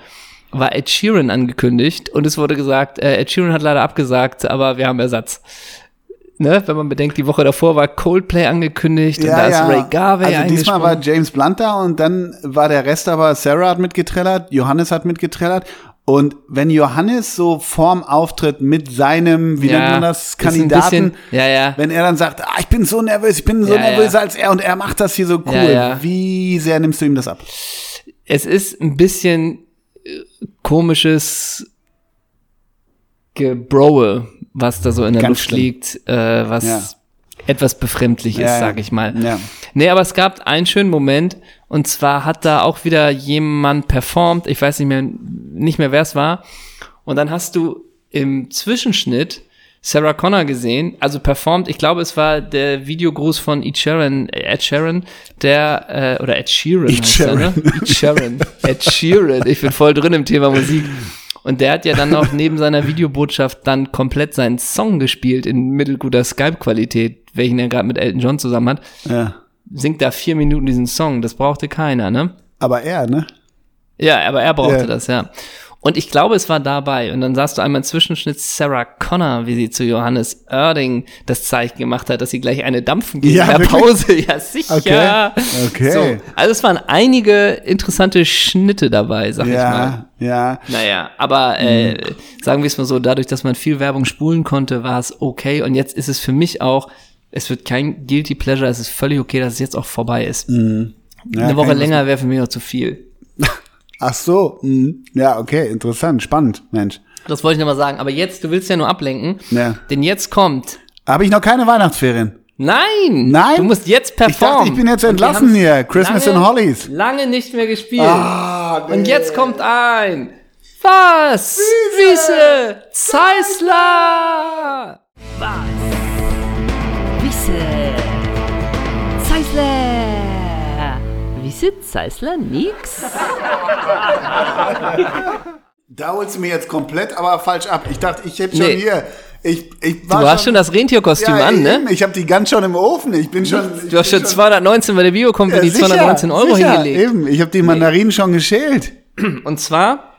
A: war Ed Sheeran angekündigt und es wurde gesagt, äh, Ed Sheeran hat leider abgesagt, aber wir haben Ersatz. Ne? Wenn man bedenkt, die Woche davor war Coldplay angekündigt und da ist Ray Garvey
B: Also diesmal
A: eingesprungen.
B: war James Blunt da und dann war der Rest aber, Sarah hat mitgetrellert, Johannes hat mitgetrellert. Und wenn Johannes so vorm Auftritt mit seinem, wie nennt man das,
A: ist ein
B: Kandidaten,
A: bisschen- ja, ja.
B: wenn er dann sagt, ah, ich bin so nervös, ich bin so
A: Ja,
B: nervös
A: ja.
B: als er und er macht das hier so cool,
A: ja.
B: wie sehr nimmst du ihm das ab?
A: es ist ein bisschen äh, komisches Gebrowe, was da so in der
B: Ganz
A: Luft
B: schlimm.
A: liegt, äh, was
B: Ja.
A: etwas befremdlich ist,
B: Ja, ja.
A: sag ich mal.
B: Ja.
A: Nee, aber es gab einen schönen Moment und zwar hat da auch wieder jemand performt, ich weiß nicht mehr, nicht mehr wer es war. Und dann hast du im Zwischenschnitt Sarah Connor gesehen, also performt, ich glaube, es war der Videogruß von Ed Sheeran, Ed Sheeran, der, äh, oder Ed Sheeran.
B: Ed
A: heißt er, ne? Ed Sheeran. Ed Sheeran. Ich bin voll drin im Thema Musik. Und der hat ja dann auch neben seiner Videobotschaft dann komplett seinen Song gespielt in mittelguter Skype-Qualität, welchen er gerade mit Elton John zusammen hat
B: ja.
A: singt da vier Minuten diesen Song. Das brauchte keiner, ne?
B: Aber er, ne?
A: Ja, aber er brauchte
B: Ja.
A: das, ja. Und ich glaube, es war dabei. Und dann sahst du einmal im Zwischenschnitt Sarah Connor, wie sie zu Johannes Oerding das Zeichen gemacht hat, dass sie gleich eine dampfen geht
B: Ja,
A: in der
B: wirklich?
A: Pause. Ja, sicher.
B: Okay. Okay.
A: So, also es waren einige interessante Schnitte dabei, sag ich mal.
B: Ja, ja.
A: Naja, aber äh, sagen wir es mal so, dadurch, dass man viel Werbung spulen konnte, war es okay. Und jetzt ist es für mich auch, es wird kein Guilty Pleasure, es ist völlig okay, dass es jetzt auch vorbei ist.
B: ja
A: Eine Woche
B: kann ich
A: länger wäre für mich auch zu viel.
B: Ach so, mhm. ja, okay, interessant, spannend, Mensch.
A: Das wollte ich nochmal sagen. Aber jetzt, du willst ja nur ablenken.
B: Ja.
A: Denn jetzt kommt.
B: Habe ich noch keine Weihnachtsferien?
A: Nein!
B: Nein?
A: Du musst jetzt
B: Ich dachte,
A: performen.
B: ich bin jetzt
A: Und wir
B: entlassen
A: haben's
B: hier. Christmas
A: lange,
B: in Hollies.
A: Lange nicht mehr gespielt.
B: Ah, nee.
A: Und jetzt kommt ein. Was? Wiese! Zeissler!
C: Wisse. Zeissler. Ah, Wisse Zeissler nix?
B: Da holst du mir jetzt komplett aber falsch ab. Ich dachte, ich hätte schon
A: Nee.
B: hier. Ich, ich
A: Du
B: war
A: hast schon das Rentierkostüm
B: ja,
A: an,
B: eben,
A: ne?
B: Ich habe die ganz schon im Ofen. Ich bin schon. ich
A: Du hast
B: bin
A: schon 219 bei der
B: Ja,
A: Bio-Company
B: sicher,
A: 219 Euro
B: sicher,
A: hingelegt.
B: Eben, ich habe die Mandarinen schon geschält.
A: Und zwar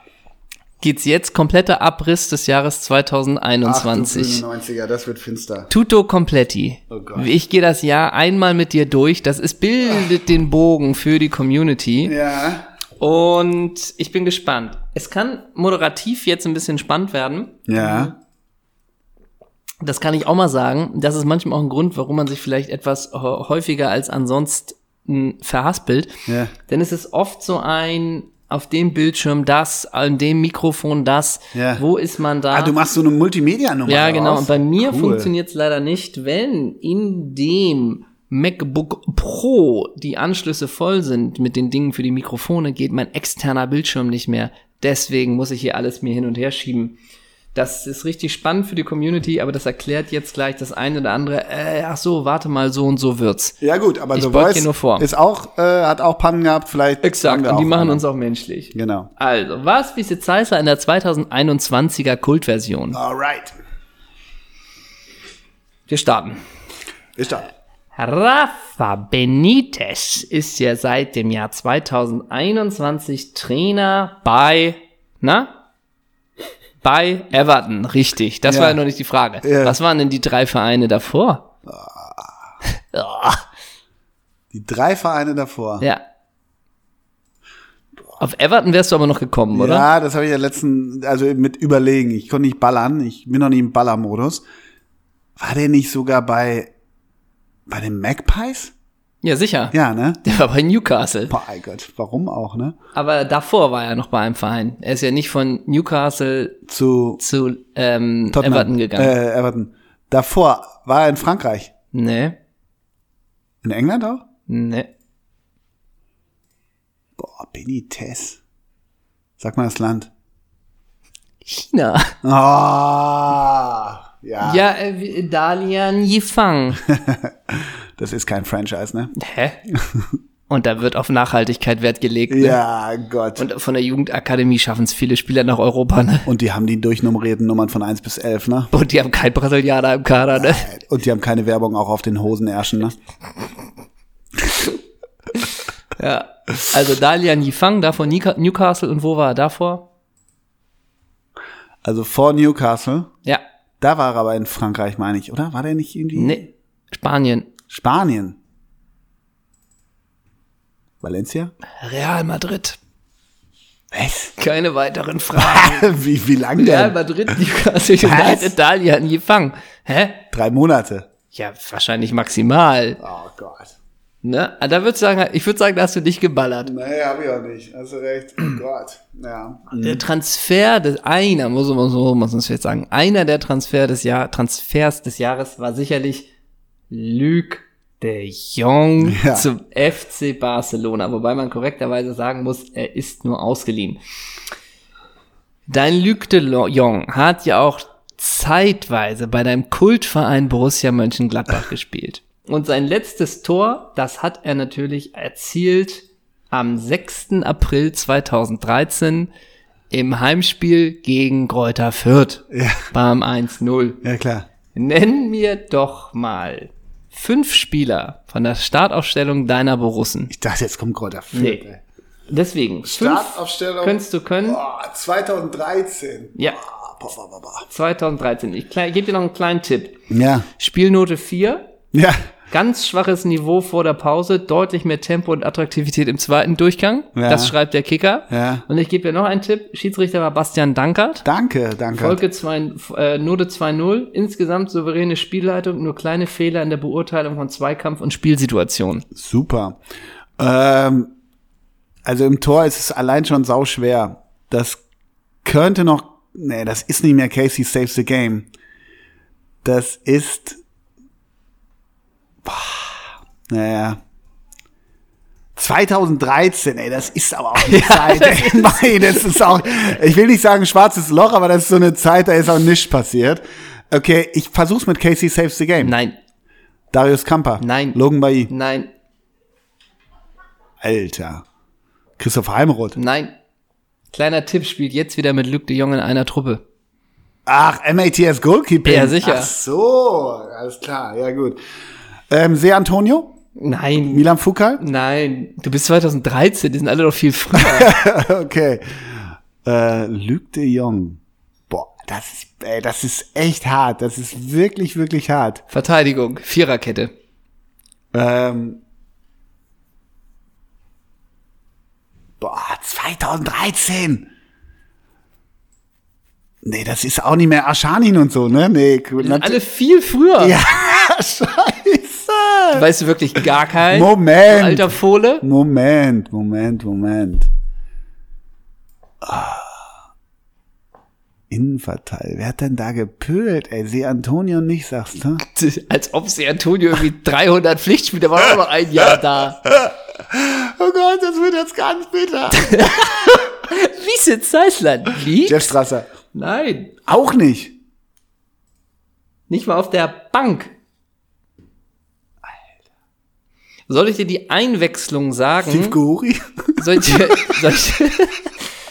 A: geht's jetzt kompletter Abriss des Jahres 2021.
B: 90er, das wird finster.
A: Tutto completi.
B: Oh Gott.
A: ich gehe das Jahr einmal mit dir durch. Das ist bildet den Bogen für die Community.
B: Ja.
A: Und ich bin gespannt. Es kann moderativ jetzt ein bisschen spannend werden.
B: Ja.
A: Das kann ich auch mal sagen. Das ist manchmal auch ein Grund, warum man sich vielleicht etwas hä- häufiger als ansonsten verhaspelt.
B: Ja.
A: Denn es ist oft so ein auf dem Bildschirm das, an dem Mikrofon das.
B: Ja.
A: Wo ist man da?
B: Ah, du machst so eine Multimedia-Nummer.
A: Ja, genau.
B: daraus?
A: Und bei mir
B: Cool.
A: funktioniert es leider nicht, wenn in dem MacBook Pro die Anschlüsse voll sind mit den Dingen für die Mikrofone, geht mein externer Bildschirm nicht mehr. Deswegen muss ich hier alles mir hin und her schieben. Das ist richtig spannend für die Community, aber das erklärt jetzt gleich das eine oder andere. Äh, ach so, warte mal, so und so wird's.
B: Ja gut, aber
A: Ich
B: The
A: beug dir
B: Voice
A: nur vor.
B: ist auch, äh, hat auch Pannen gehabt, vielleicht. haben
A: Exakt,
B: wir
A: und die
B: auch
A: machen
B: eine.
A: uns auch menschlich.
B: Genau.
A: Also, was Wiese Zeissler in der 2021er Kultversion?
B: Alright.
A: Wir starten.
B: Ist da.
A: Rafa Benitez ist ja seit dem Jahr 2021 Trainer bei, na? Bei Everton, richtig. Das
B: Ja.
A: war ja noch nicht die Frage.
B: Ja.
A: Was waren denn die drei Vereine davor?
B: Ah. Die drei Vereine davor.
A: Ja. Auf Everton wärst du aber noch gekommen, oder?
B: Ja, das habe ich ja letzten, also mit überlegen. Ich konnte nicht ballern. Ich bin noch nicht im Ballermodus. War der nicht sogar bei, bei den Magpies?
A: Ja, sicher.
B: Ja, ne?
A: Der war bei Newcastle.
B: Boah, mein Gott, warum auch, ne?
A: Aber davor war er noch bei einem Verein. Er ist ja nicht von Newcastle
B: Zu
A: zu ähm,
B: Tottenham.
A: Everton gegangen.
B: Äh, Everton. Davor war er in Frankreich.
A: Nee,
B: In England auch?
A: nee.
B: Boah, Benitez. Sag mal das Land.
A: China.
B: Ah, ja.
A: Ja, äh, wie- Dalian Yifang.
B: Das ist kein Franchise, ne?
A: Hä? Und da wird auf Nachhaltigkeit Wert gelegt. Ne?
B: Ja, Gott. Und,
A: Und von der Jugendakademie schaffen es viele Spieler nach Europa. Ne?
B: die haben die durchnummerierten Nummern von 1 bis 11, ne?
A: Und die haben keinen Brasilianer im Kader. Ne?
B: Und die haben keine Werbung auch auf den Hosenärschen, ne?
A: Ja. Also Dalian Yifang, davor Nika- Newcastle. Und wo war er davor?
B: Also vor Newcastle,
A: Ja,
B: da war er aber in Frankreich, meine ich, oder? War der nicht irgendwie?
A: nee. Spanien.
B: Spanien. Valencia?
A: Real Madrid.
B: Was?
A: Keine weiteren Fragen.
B: wie, wie lang
A: Real
B: denn?
A: Madrid, Newcastle United, Dalian Yifang. Hä?
B: Drei Monate.
A: Ja, wahrscheinlich maximal.
B: Oh Gott.
A: Ne? Ah, Da würde ich sagen, ich würde sagen, da hast du dich geballert.
B: Nee, hab ich auch nicht. Hast du recht. Oh Gott. Ja.
A: Der Transfer des einer, muss man so, muss man es jetzt sagen, einer der Transfer des Jahr, Transfers des Jahres war sicherlich Luc de Jong
B: Ja.
A: zum FC Barcelona, wobei man korrekterweise sagen muss, er ist nur ausgeliehen. Dein Luc de Lo- Jong hat ja auch zeitweise bei deinem Kultverein Borussia Mönchengladbach gespielt. Und sein letztes Tor, das hat er natürlich erzielt am 6. April 2013 im Heimspiel gegen Greuther Fürth
B: Ja.
A: beim 1-0.
B: Ja, klar.
A: Nenn mir doch mal fünf Spieler von der Startaufstellung deiner Borussen.
B: Ich dachte, jetzt kommt Kräuter Fürth,
A: Nee.
B: ey.
A: Deswegen, fünf
B: Startaufstellung.
A: könntest du können.
B: Boah, 2013.
A: Ja,
B: Ah, ba, ba, ba, ba.
A: 2013. Ich kle- gebe dir noch einen kleinen Tipp.
B: Ja.
A: Spielnote 4,
B: Ja.
A: ganz schwaches Niveau vor der Pause, deutlich mehr Tempo und Attraktivität im zweiten Durchgang.
B: Ja.
A: Das schreibt der Kicker.
B: Ja.
A: Und ich gebe dir noch einen Tipp. Schiedsrichter war Bastian Dankert.
B: Danke, danke.
A: Folge 2, äh, Note 2-0, insgesamt souveräne Spielleitung, nur kleine Fehler in der Beurteilung von Zweikampf und Spielsituation.
B: Super. Ähm, also im Tor ist es allein schon sauschwer. Das könnte noch. Nee, das ist nicht mehr Casey Saves the Game. Das ist. Boah, naja. 2013, ey, das ist aber auch eine Zeit. Ey. Nein, das ist auch, ich will nicht sagen schwarzes Loch, aber das ist so eine Zeit, da ist auch nichts passiert. Okay, ich versuch's mit Casey Saves the Game.
A: Nein,
B: Darius Kamper.
A: Nein.
B: Logan Bailly.
A: nein,
B: Alter. Christoph Heimroth.
A: nein. Kleiner Tipp spielt jetzt wieder mit Luc de Jong in einer Truppe.
B: Ach, MATS Goalkeeper.
A: Ja, sicher.
B: Ach so, alles klar, ja gut. Ähm, Se Antonio,
A: Nein,
B: Milan Fukal.
A: nein. Du bist 2013, die sind alle doch viel früher.
B: Okay. Äh, Luc de Jong. Boah, das ist, ey, das ist echt hart. Das ist wirklich, wirklich hart.
A: Verteidigung, Viererkette.
B: Ähm, boah, 2013. Nee, das ist auch nicht mehr Aschanin und so, ne? Nee, cool. nat-
A: Alle viel früher.
B: Ja, scheiße.
A: Weißt du wirklich gar keinen?
B: Moment.
A: Du Alter Fohle.
B: Moment, Moment, Moment. Ah. Innenverteil. Wer hat denn da gepölt? Ey, seh Antonio nicht, sagst du?
A: Als ob sie Antonio irgendwie 300 Pflichtspiele, war auch noch ein Jahr da.
B: Oh Gott, das wird jetzt ganz bitter.
A: Wiese Zeisler
B: Jeff
A: liegt?
B: Strasser.
A: Nein,
B: Auch nicht.
A: Mhm. nicht mal auf der Bank. Soll ich dir die Einwechslung sagen?
B: Steve Gehuri.
A: Soll ich dir, soll ich,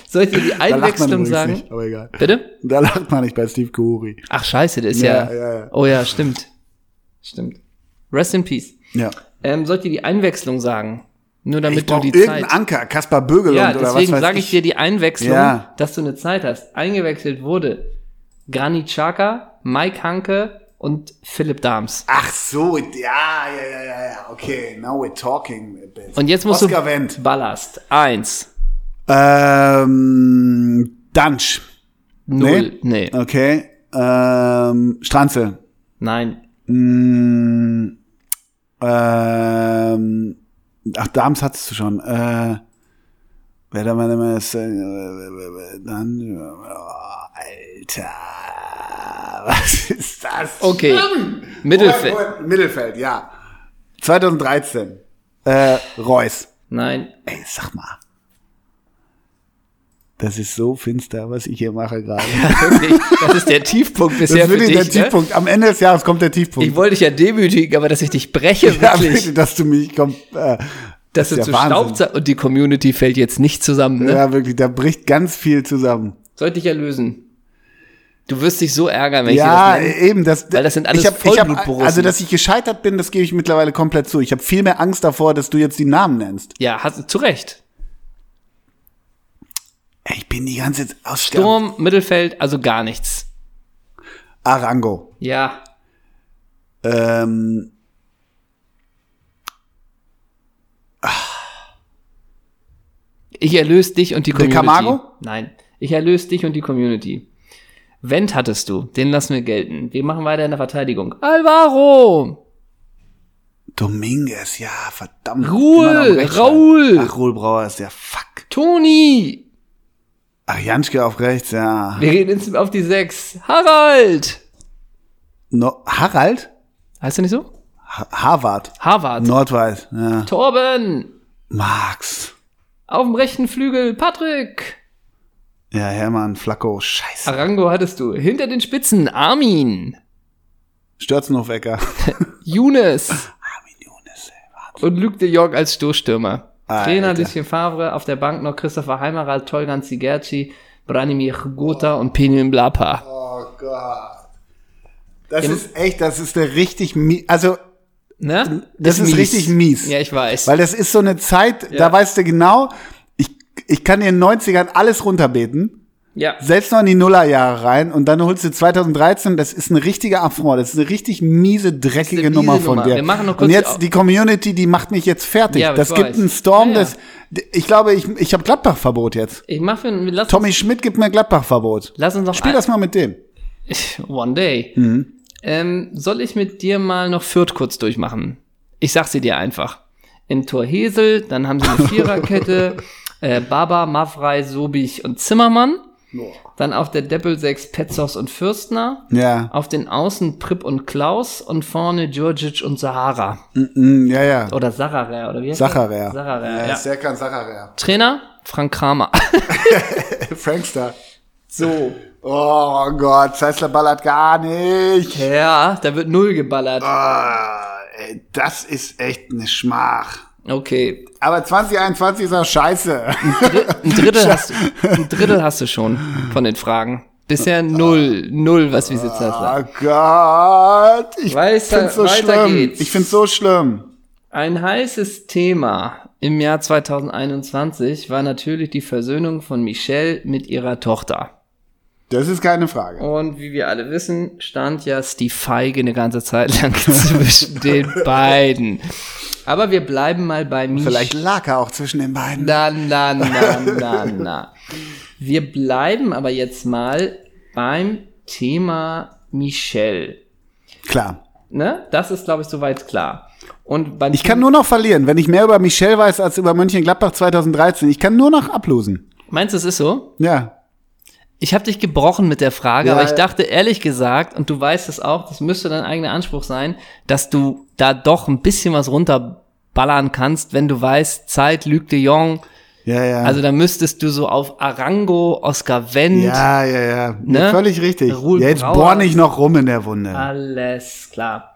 A: soll ich dir die
B: Da lacht man
A: Einwechslung
B: übrigens
A: sagen?
B: nicht, aber egal.
A: Bitte?
B: Da lacht man nicht bei Steve Gehuri.
A: Ach scheiße, der ist
B: Ja,
A: ja,
B: ja, ja.
A: Oh ja, stimmt. Stimmt. Rest in peace.
B: Ja.
A: Ähm, soll ich dir die Einwechslung sagen? Nur damit
B: Ich
A: du
B: brauche
A: die
B: irgendeinen
A: Zeit.
B: Anker, Kaspar Bögelund
A: Ja,
B: oder was
A: deswegen
B: weiß
A: sage ich dir die Einwechslung,
B: Ja.
A: dass du eine Zeit hast. Eingewechselt wurde Granit Xhaka, Mike Hanke und Philipp Dahms.
B: Ach so, ja, ja, ja, ja, ja, okay, now we're talking a bit.
A: Und jetzt musst
B: Oscar
A: du
B: Wendt.
A: Ballast. Eins.
B: Ähm, Dunsch.
A: Null. Nee.
B: Äh. Okay. Ähm, Stranzel.
A: Nein.
B: Mm, ähm, ach, Dams hattest du schon. Äh, wer da mal immer ist, äh, dann, oh, Alter, was ist das?
A: Okay.
B: Moment,
A: Mittelfeld.
B: Moment, Mittelfeld, ja. 2013. Äh, Reus.
A: Nein.
B: Ey, sag mal. Das ist so finster, was ich hier mache gerade.
A: Wirklich. Das ist der Tiefpunkt
B: Das
A: bisher
B: ist
A: für
B: wirklich
A: dich.
B: der
A: ne?
B: Tiefpunkt. Am Ende des Jahres kommt der Tiefpunkt.
A: Ich wollte dich ja demütigen, aber dass ich dich breche,
B: ja,
A: wirklich.
B: bitte, dass du mich komm, äh,
A: dass du
B: ist
A: zu
B: ja Wahnsinn.
A: Staub und die Community fällt jetzt nicht zusammen. Ne?
B: Ja, wirklich, da bricht ganz viel zusammen.
A: Sollte ich ja lösen. Du wirst dich so ärgern, wenn
B: ja,
A: ich dir das nenne.
B: eben, das,
A: Weil das sind alles
B: ich hab, ich hab,
A: Vollblutborussen.
B: Also, dass ich gescheitert bin, das gebe ich mittlerweile komplett zu. Ich habe viel mehr Angst davor, dass du jetzt die Namen nennst.
A: Ja, hast, zu Recht.
B: Ey, ich bin die ganze Zeit aus
A: Sturm, Mittelfeld, also gar nichts.
B: Arango.
A: Ja,
B: Ähm,
A: ich erlöse dich und die Community.
B: Camargo?
A: Nein, ich erlöse dich und die Community. Wendt hattest du, den lassen wir gelten. Wir machen weiter in der Verteidigung. Alvaro!
B: Dominguez, ja, verdammt.
A: Ruhl,
B: Immer noch im Rechtsstand.
A: Raul.
B: Ach, Raul Brauer ist ja fuck.
A: Toni!
B: Ach, Janschke auf rechts, ja.
A: Wir gehen ins, auf die sechs. Harald!
B: No, Harald?
A: Heißt er nicht so?
B: Ha Harvard.
A: Harvard.
B: Nordwald, ja.
A: Torben!
B: Marx.
A: Auf dem rechten Flügel Patrick!
B: Ja, Hermann, Flacco, scheiße.
A: Arango hattest du. Hinter den Spitzen Armin,
B: Stürzenhofecker.
A: Younes
B: Armin Ah, Younes, ey.
A: und Luc de Jong als Stoßstürmer.
B: Alter.
A: Trainer Lucien Favre, auf der Bank noch Christopher Heimerald, Tolgan Zigerci, Branimir Gota und Pinin Blapa.
B: Oh Gott. Das
A: Ja.
B: ist echt, das ist eine richtig mie also
A: Ne?
B: Das ist richtig mies.
A: Ja, ich weiß.
B: weil das ist so eine Zeit, da weißt du genau, ich, ich kann in den 90ern alles runterbeten,
A: ja.
B: selbst noch in die Nullerjahre rein und dann holst du 2013, das ist ein richtiger Affront, das ist eine richtig miese, dreckige
A: miese
B: Nummer von
A: Nummer.
B: dir.
A: Wir machen noch kurz
B: und
A: die Au-
B: jetzt die Community, die macht mich jetzt fertig.
A: Ja, aber
B: das
A: ich
B: gibt
A: weiß.
B: einen Storm,
A: Ja, ja.
B: das ich glaube, ich, ich habe Gladbach-Verbot jetzt.
A: Ich mach für, lass,
B: Tommy Schmidt gibt mir Gladbach-Verbot.
A: lass uns noch
B: Spiel das mal mit dem.
A: ein- One day. Ähm, soll ich mit dir mal noch Fürth kurz durchmachen? Ich sag sie dir einfach. Im Tor Hesel, dann haben sie eine Viererkette, äh, Baba, Mavrei, Sobich und Zimmermann. Dann auf der Deppel 6 Petzos und Fürstner.
B: Ja.
A: Auf den Außen Prip und Klaus und vorne Djurgic und Sahara.
B: Mm, ja, ja.
A: Oder Sarare, oder wie heißt
B: Sacharär.
A: das? Sarare, ja.
B: Serkan Sacharär.
A: Trainer? Frank Kramer.
B: Frankstar.
A: So.
B: Oh Gott, Zeissler ballert gar nicht.
A: Ja, da wird null geballert.
B: Ah, ey, das ist echt eine Schmach.
A: Okay.
B: Aber 2021 ist auch scheiße.
A: Ein Drittel, hast du, ein Drittel hast du schon von den Fragen. Bisher null, null, was wie sitzt das da?
B: Oh Gott. Ich
A: Weiter-
B: find's so
A: weiter
B: schlimm.
A: geht's.
B: Ich find's so schlimm.
A: Ein heißes Thema im Jahr 2021 war natürlich die Versöhnung von Michelle mit ihrer Tochter.
B: Das ist keine Frage.
A: Und wie wir alle wissen, stand ja Steve Feige eine ganze Zeit lang zwischen den beiden. Aber wir bleiben mal bei Michelle.
B: Vielleicht lag er auch zwischen den beiden.
A: Na, na, na, na, na. Wir bleiben aber jetzt mal beim Thema Michelle.
B: Klar.
A: Ne? Das ist, glaube ich, soweit klar. Und beim
B: Ich kann nur noch verlieren, wenn ich mehr über Michel weiß als über Mönchengladbach 2013. Ich kann nur noch ablosen.
A: Meinst du, es ist so?
B: Ja.
A: Ich habe dich gebrochen mit der Frage,
B: Ja,
A: aber ich
B: ja.
A: dachte ehrlich gesagt, und du weißt es auch, das müsste dein eigener Anspruch sein, dass du da doch ein bisschen was runterballern kannst, wenn du weißt, Zeit, Luc de Jong,
B: Ja, ja.
A: Also da müsstest du so auf Arango, Oscar Wendt,
B: ja, ja, ja.
A: Ne?
B: Völlig richtig.
A: Raoul
B: ja, jetzt
A: Brauer.
B: bohr nicht noch rum in der Wunde.
A: Ah. Alles klar.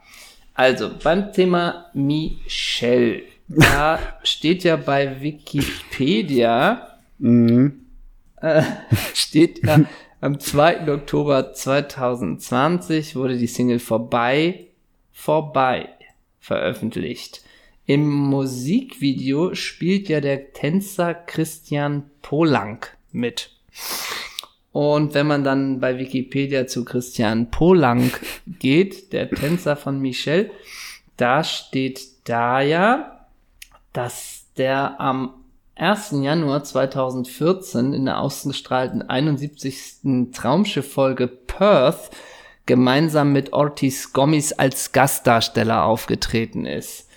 A: Also beim Thema Michelle. Da steht ja bei Wikipedia, äh, steht ja, am 2. Oktober 2020 wurde die Single Vorbei, Vorbei veröffentlicht. Im Musikvideo spielt ja der Tänzer Christian Polank mit. Und wenn man dann bei Wikipedia zu Christian Polank geht, der Tänzer von Michel, da steht da ja, dass der am 1. Januar 2014 in der ausgestrahlten 71. Traumschiff-Folge Perth gemeinsam mit Ortiz Gomez als Gastdarsteller aufgetreten ist.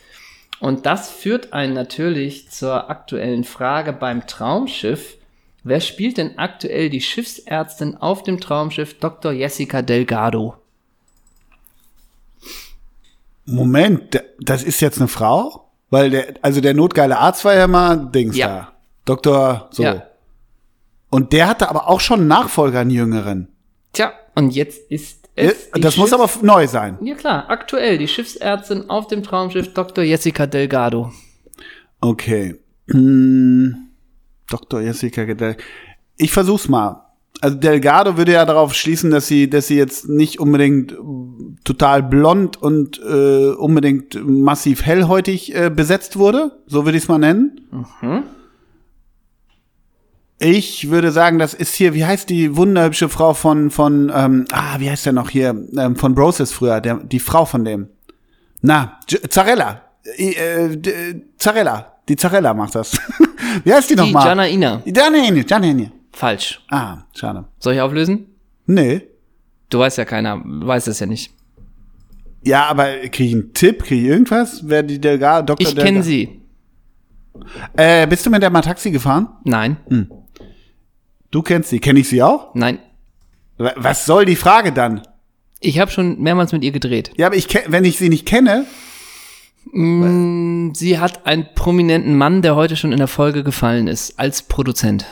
A: Und das führt einen natürlich zur aktuellen Frage beim Traumschiff. Wer spielt denn aktuell die Schiffsärztin auf dem Traumschiff Dr. Jessica Delgado?
B: Moment, d- das ist jetzt eine Frau? Weil der, also der notgeile Arzt war ja mal Dings
A: Ja.
B: da. Doktor, so.
A: Ja.
B: Und der hatte aber auch schon einen Nachfolger, einen jüngeren.
A: Tja, und jetzt ist es.
B: Ja,
A: die
B: das muss
A: Schiffs-
B: aber f- neu sein.
A: Ja klar, aktuell die Schiffsärztin auf dem Traumschiff Dr. Jessica Delgado.
B: Okay. Hm, Dr. Jessica Gedel. Ich versuch's mal. Also Delgado würde ja darauf schließen, dass sie, dass sie jetzt nicht unbedingt mm, total blond und äh, unbedingt massiv hellhäutig äh, besetzt wurde. So würde ich es mal nennen.
A: Mhm.
B: Ich würde sagen, das ist hier, wie heißt die wunderhübsche Frau von, von, ähm, ah, wie heißt der noch hier, ähm, von Broses früher, der, die Frau von dem. Na, J- Zarella. I- Äh, d- Zarella. Die Zarella macht das. Wie heißt die
A: Die
B: nochmal?
A: Jana Ina.
B: Janine, Janine.
A: Falsch.
B: Ah, schade.
A: Soll ich auflösen?
B: Nee.
A: Du weißt ja keiner, weiß es ja nicht.
B: Ja, aber krieg ich einen Tipp? Krieg ich irgendwas? Wer die Delgado? Dr.
A: Ich kenne
B: Delgado-
A: sie.
B: Äh, bist du mit der mal Taxi gefahren?
A: Nein,
B: Du kennst sie. Kenne ich sie auch?
A: nein.
B: Wa- Was soll die Frage dann?
A: Ich habe schon mehrmals mit ihr gedreht.
B: Ja, aber ich kenn, wenn ich sie nicht kenne,
A: Mm, Sie hat einen prominenten Mann, der heute schon in der Folge gefallen ist, als Produzent.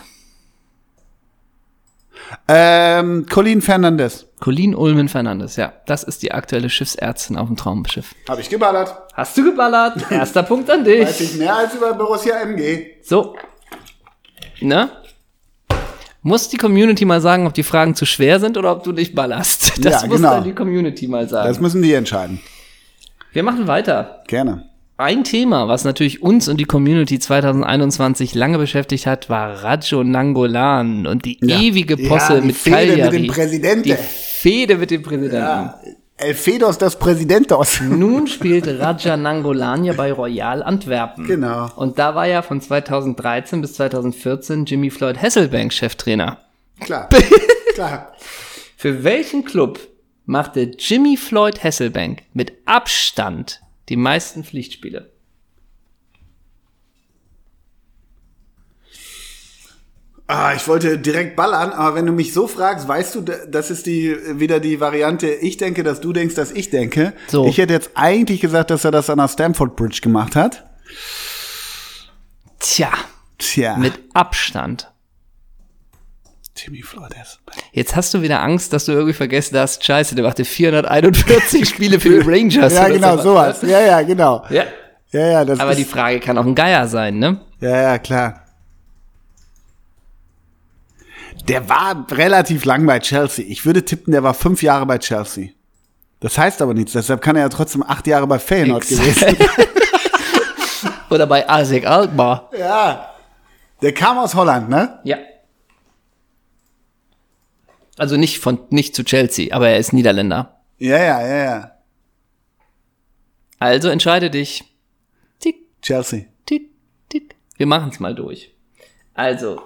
B: ähm, Colin Fernandes.
A: Colleen Ulmen Fernandes, ja. Das ist die aktuelle Schiffsärztin auf dem Traumschiff.
B: Habe ich geballert.
A: Hast du geballert? Erster Punkt an dich.
B: mehr als über Borussia MG.
A: So. Ne? Muss die Community mal sagen, ob die Fragen zu schwer sind oder ob du dich ballerst. Das
B: Ja,
A: muss
B: genau.
A: dann die Community mal
B: Das
A: sagen.
B: müssen die entscheiden.
A: Wir machen weiter.
B: Gerne.
A: Ein Thema, was natürlich uns und die Community 2021 lange beschäftigt hat, war Rajo Nangolan und die
B: Ja.
A: ewige
B: Ja,
A: Posse
B: die
A: mit
B: Fehde mit
A: Cagliari.
B: dem Präsidenten.
A: Die Fehde mit dem Präsidenten.
B: Elfedos, das Präsidentos.
A: Nun spielt Raja Nangolan ja bei Royal Antwerpen.
B: Genau.
A: Und da war ja von 2013 bis 2014 Jimmy Floyd Hasselbank Cheftrainer.
B: Klar. Klar.
A: Für welchen Club machte Jimmy Floyd Hasselbank mit Abstand die meisten Pflichtspiele?
B: Ah, ich wollte direkt ballern, aber wenn du mich so fragst, weißt du, d- das ist die wieder die Variante, ich denke, dass du denkst, dass ich denke.
A: So.
B: Ich hätte jetzt eigentlich gesagt, dass er das an der Stamford Bridge gemacht hat.
A: Tja,
B: Tja.
A: mit Abstand.
B: Jimmy Flores.
A: Jetzt hast du wieder Angst, dass du irgendwie vergessen hast, scheiße, der machte 441 Spiele für die Rangers.
B: Ja,
A: oder
B: genau, sowas. Ja, ja, genau.
A: Ja.
B: Ja, ja, das
A: Aber
B: ist,
A: die Frage kann auch ein Geier sein, ne?
B: Ja, ja, klar. Der war relativ lang bei Chelsea. Ich würde tippen, der war fünf Jahre bei Chelsea. Das heißt aber nichts. Deshalb kann er ja trotzdem acht Jahre bei Feyenoord
A: Exakt.
B: gewesen.
A: Oder bei Asik Altmar.
B: Ja. Der kam aus Holland, ne?
A: Ja. Also nicht von, nicht zu Chelsea, aber er ist Niederländer.
B: Ja, ja, ja, ja.
A: Also entscheide dich. Tick,
B: Chelsea.
A: tick, tick. Wir machen es mal durch. Also.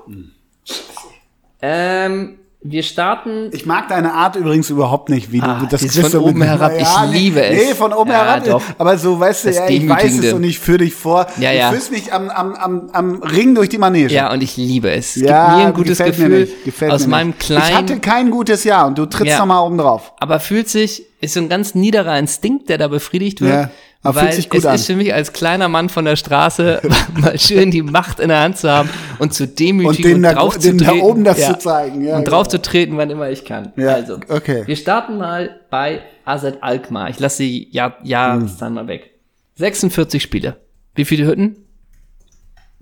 A: Ähm, wir starten
B: Ich mag deine Art übrigens überhaupt nicht, wie
A: Ah,
B: du das
A: dieses
B: Quiz
A: von
B: so mit-
A: oben herab, ich
B: nee,
A: liebe es.
B: Nee, von oben
A: Ja,
B: herab.
A: doch.
B: Aber so, weißt du,
A: Das
B: ja, ich weiß es
A: Demütigende.
B: und ich führe dich vor.
A: Ja, ja.
B: Du führst mich am, am, am, am Ring durch die Manege.
A: Ja, und ich liebe es. Es
B: Ja,
A: gibt mir ein gutes
B: gefällt
A: Gefühl
B: mir nicht, gefällt
A: aus
B: mir
A: meinem
B: nicht. Ich
A: kleinen,
B: hatte kein gutes Jahr und du trittst
A: Ja.
B: nochmal oben drauf.
A: aber fühlt sich, ist so ein ganz niederer Instinkt, der da befriedigt wird.
B: Ja. Aber
A: Weil
B: fühlt sich gut
A: es
B: an.
A: ist für mich als kleiner Mann von der Straße mal schön die Macht in der Hand zu haben und zu demütigen
B: Und den
A: und,
B: da-
A: drauf
B: den
A: zu
B: da
A: treten.
B: oben das zu zeigen, ja,
A: und
B: genau.
A: drauf zu treten, wann immer ich kann.
B: Ja,
A: also,
B: okay.
A: Wir starten mal bei AZ Alkmaar. Ich lasse die ja, ja
B: Hm.
A: dann mal weg. 46 Spiele. Wie viele Hütten?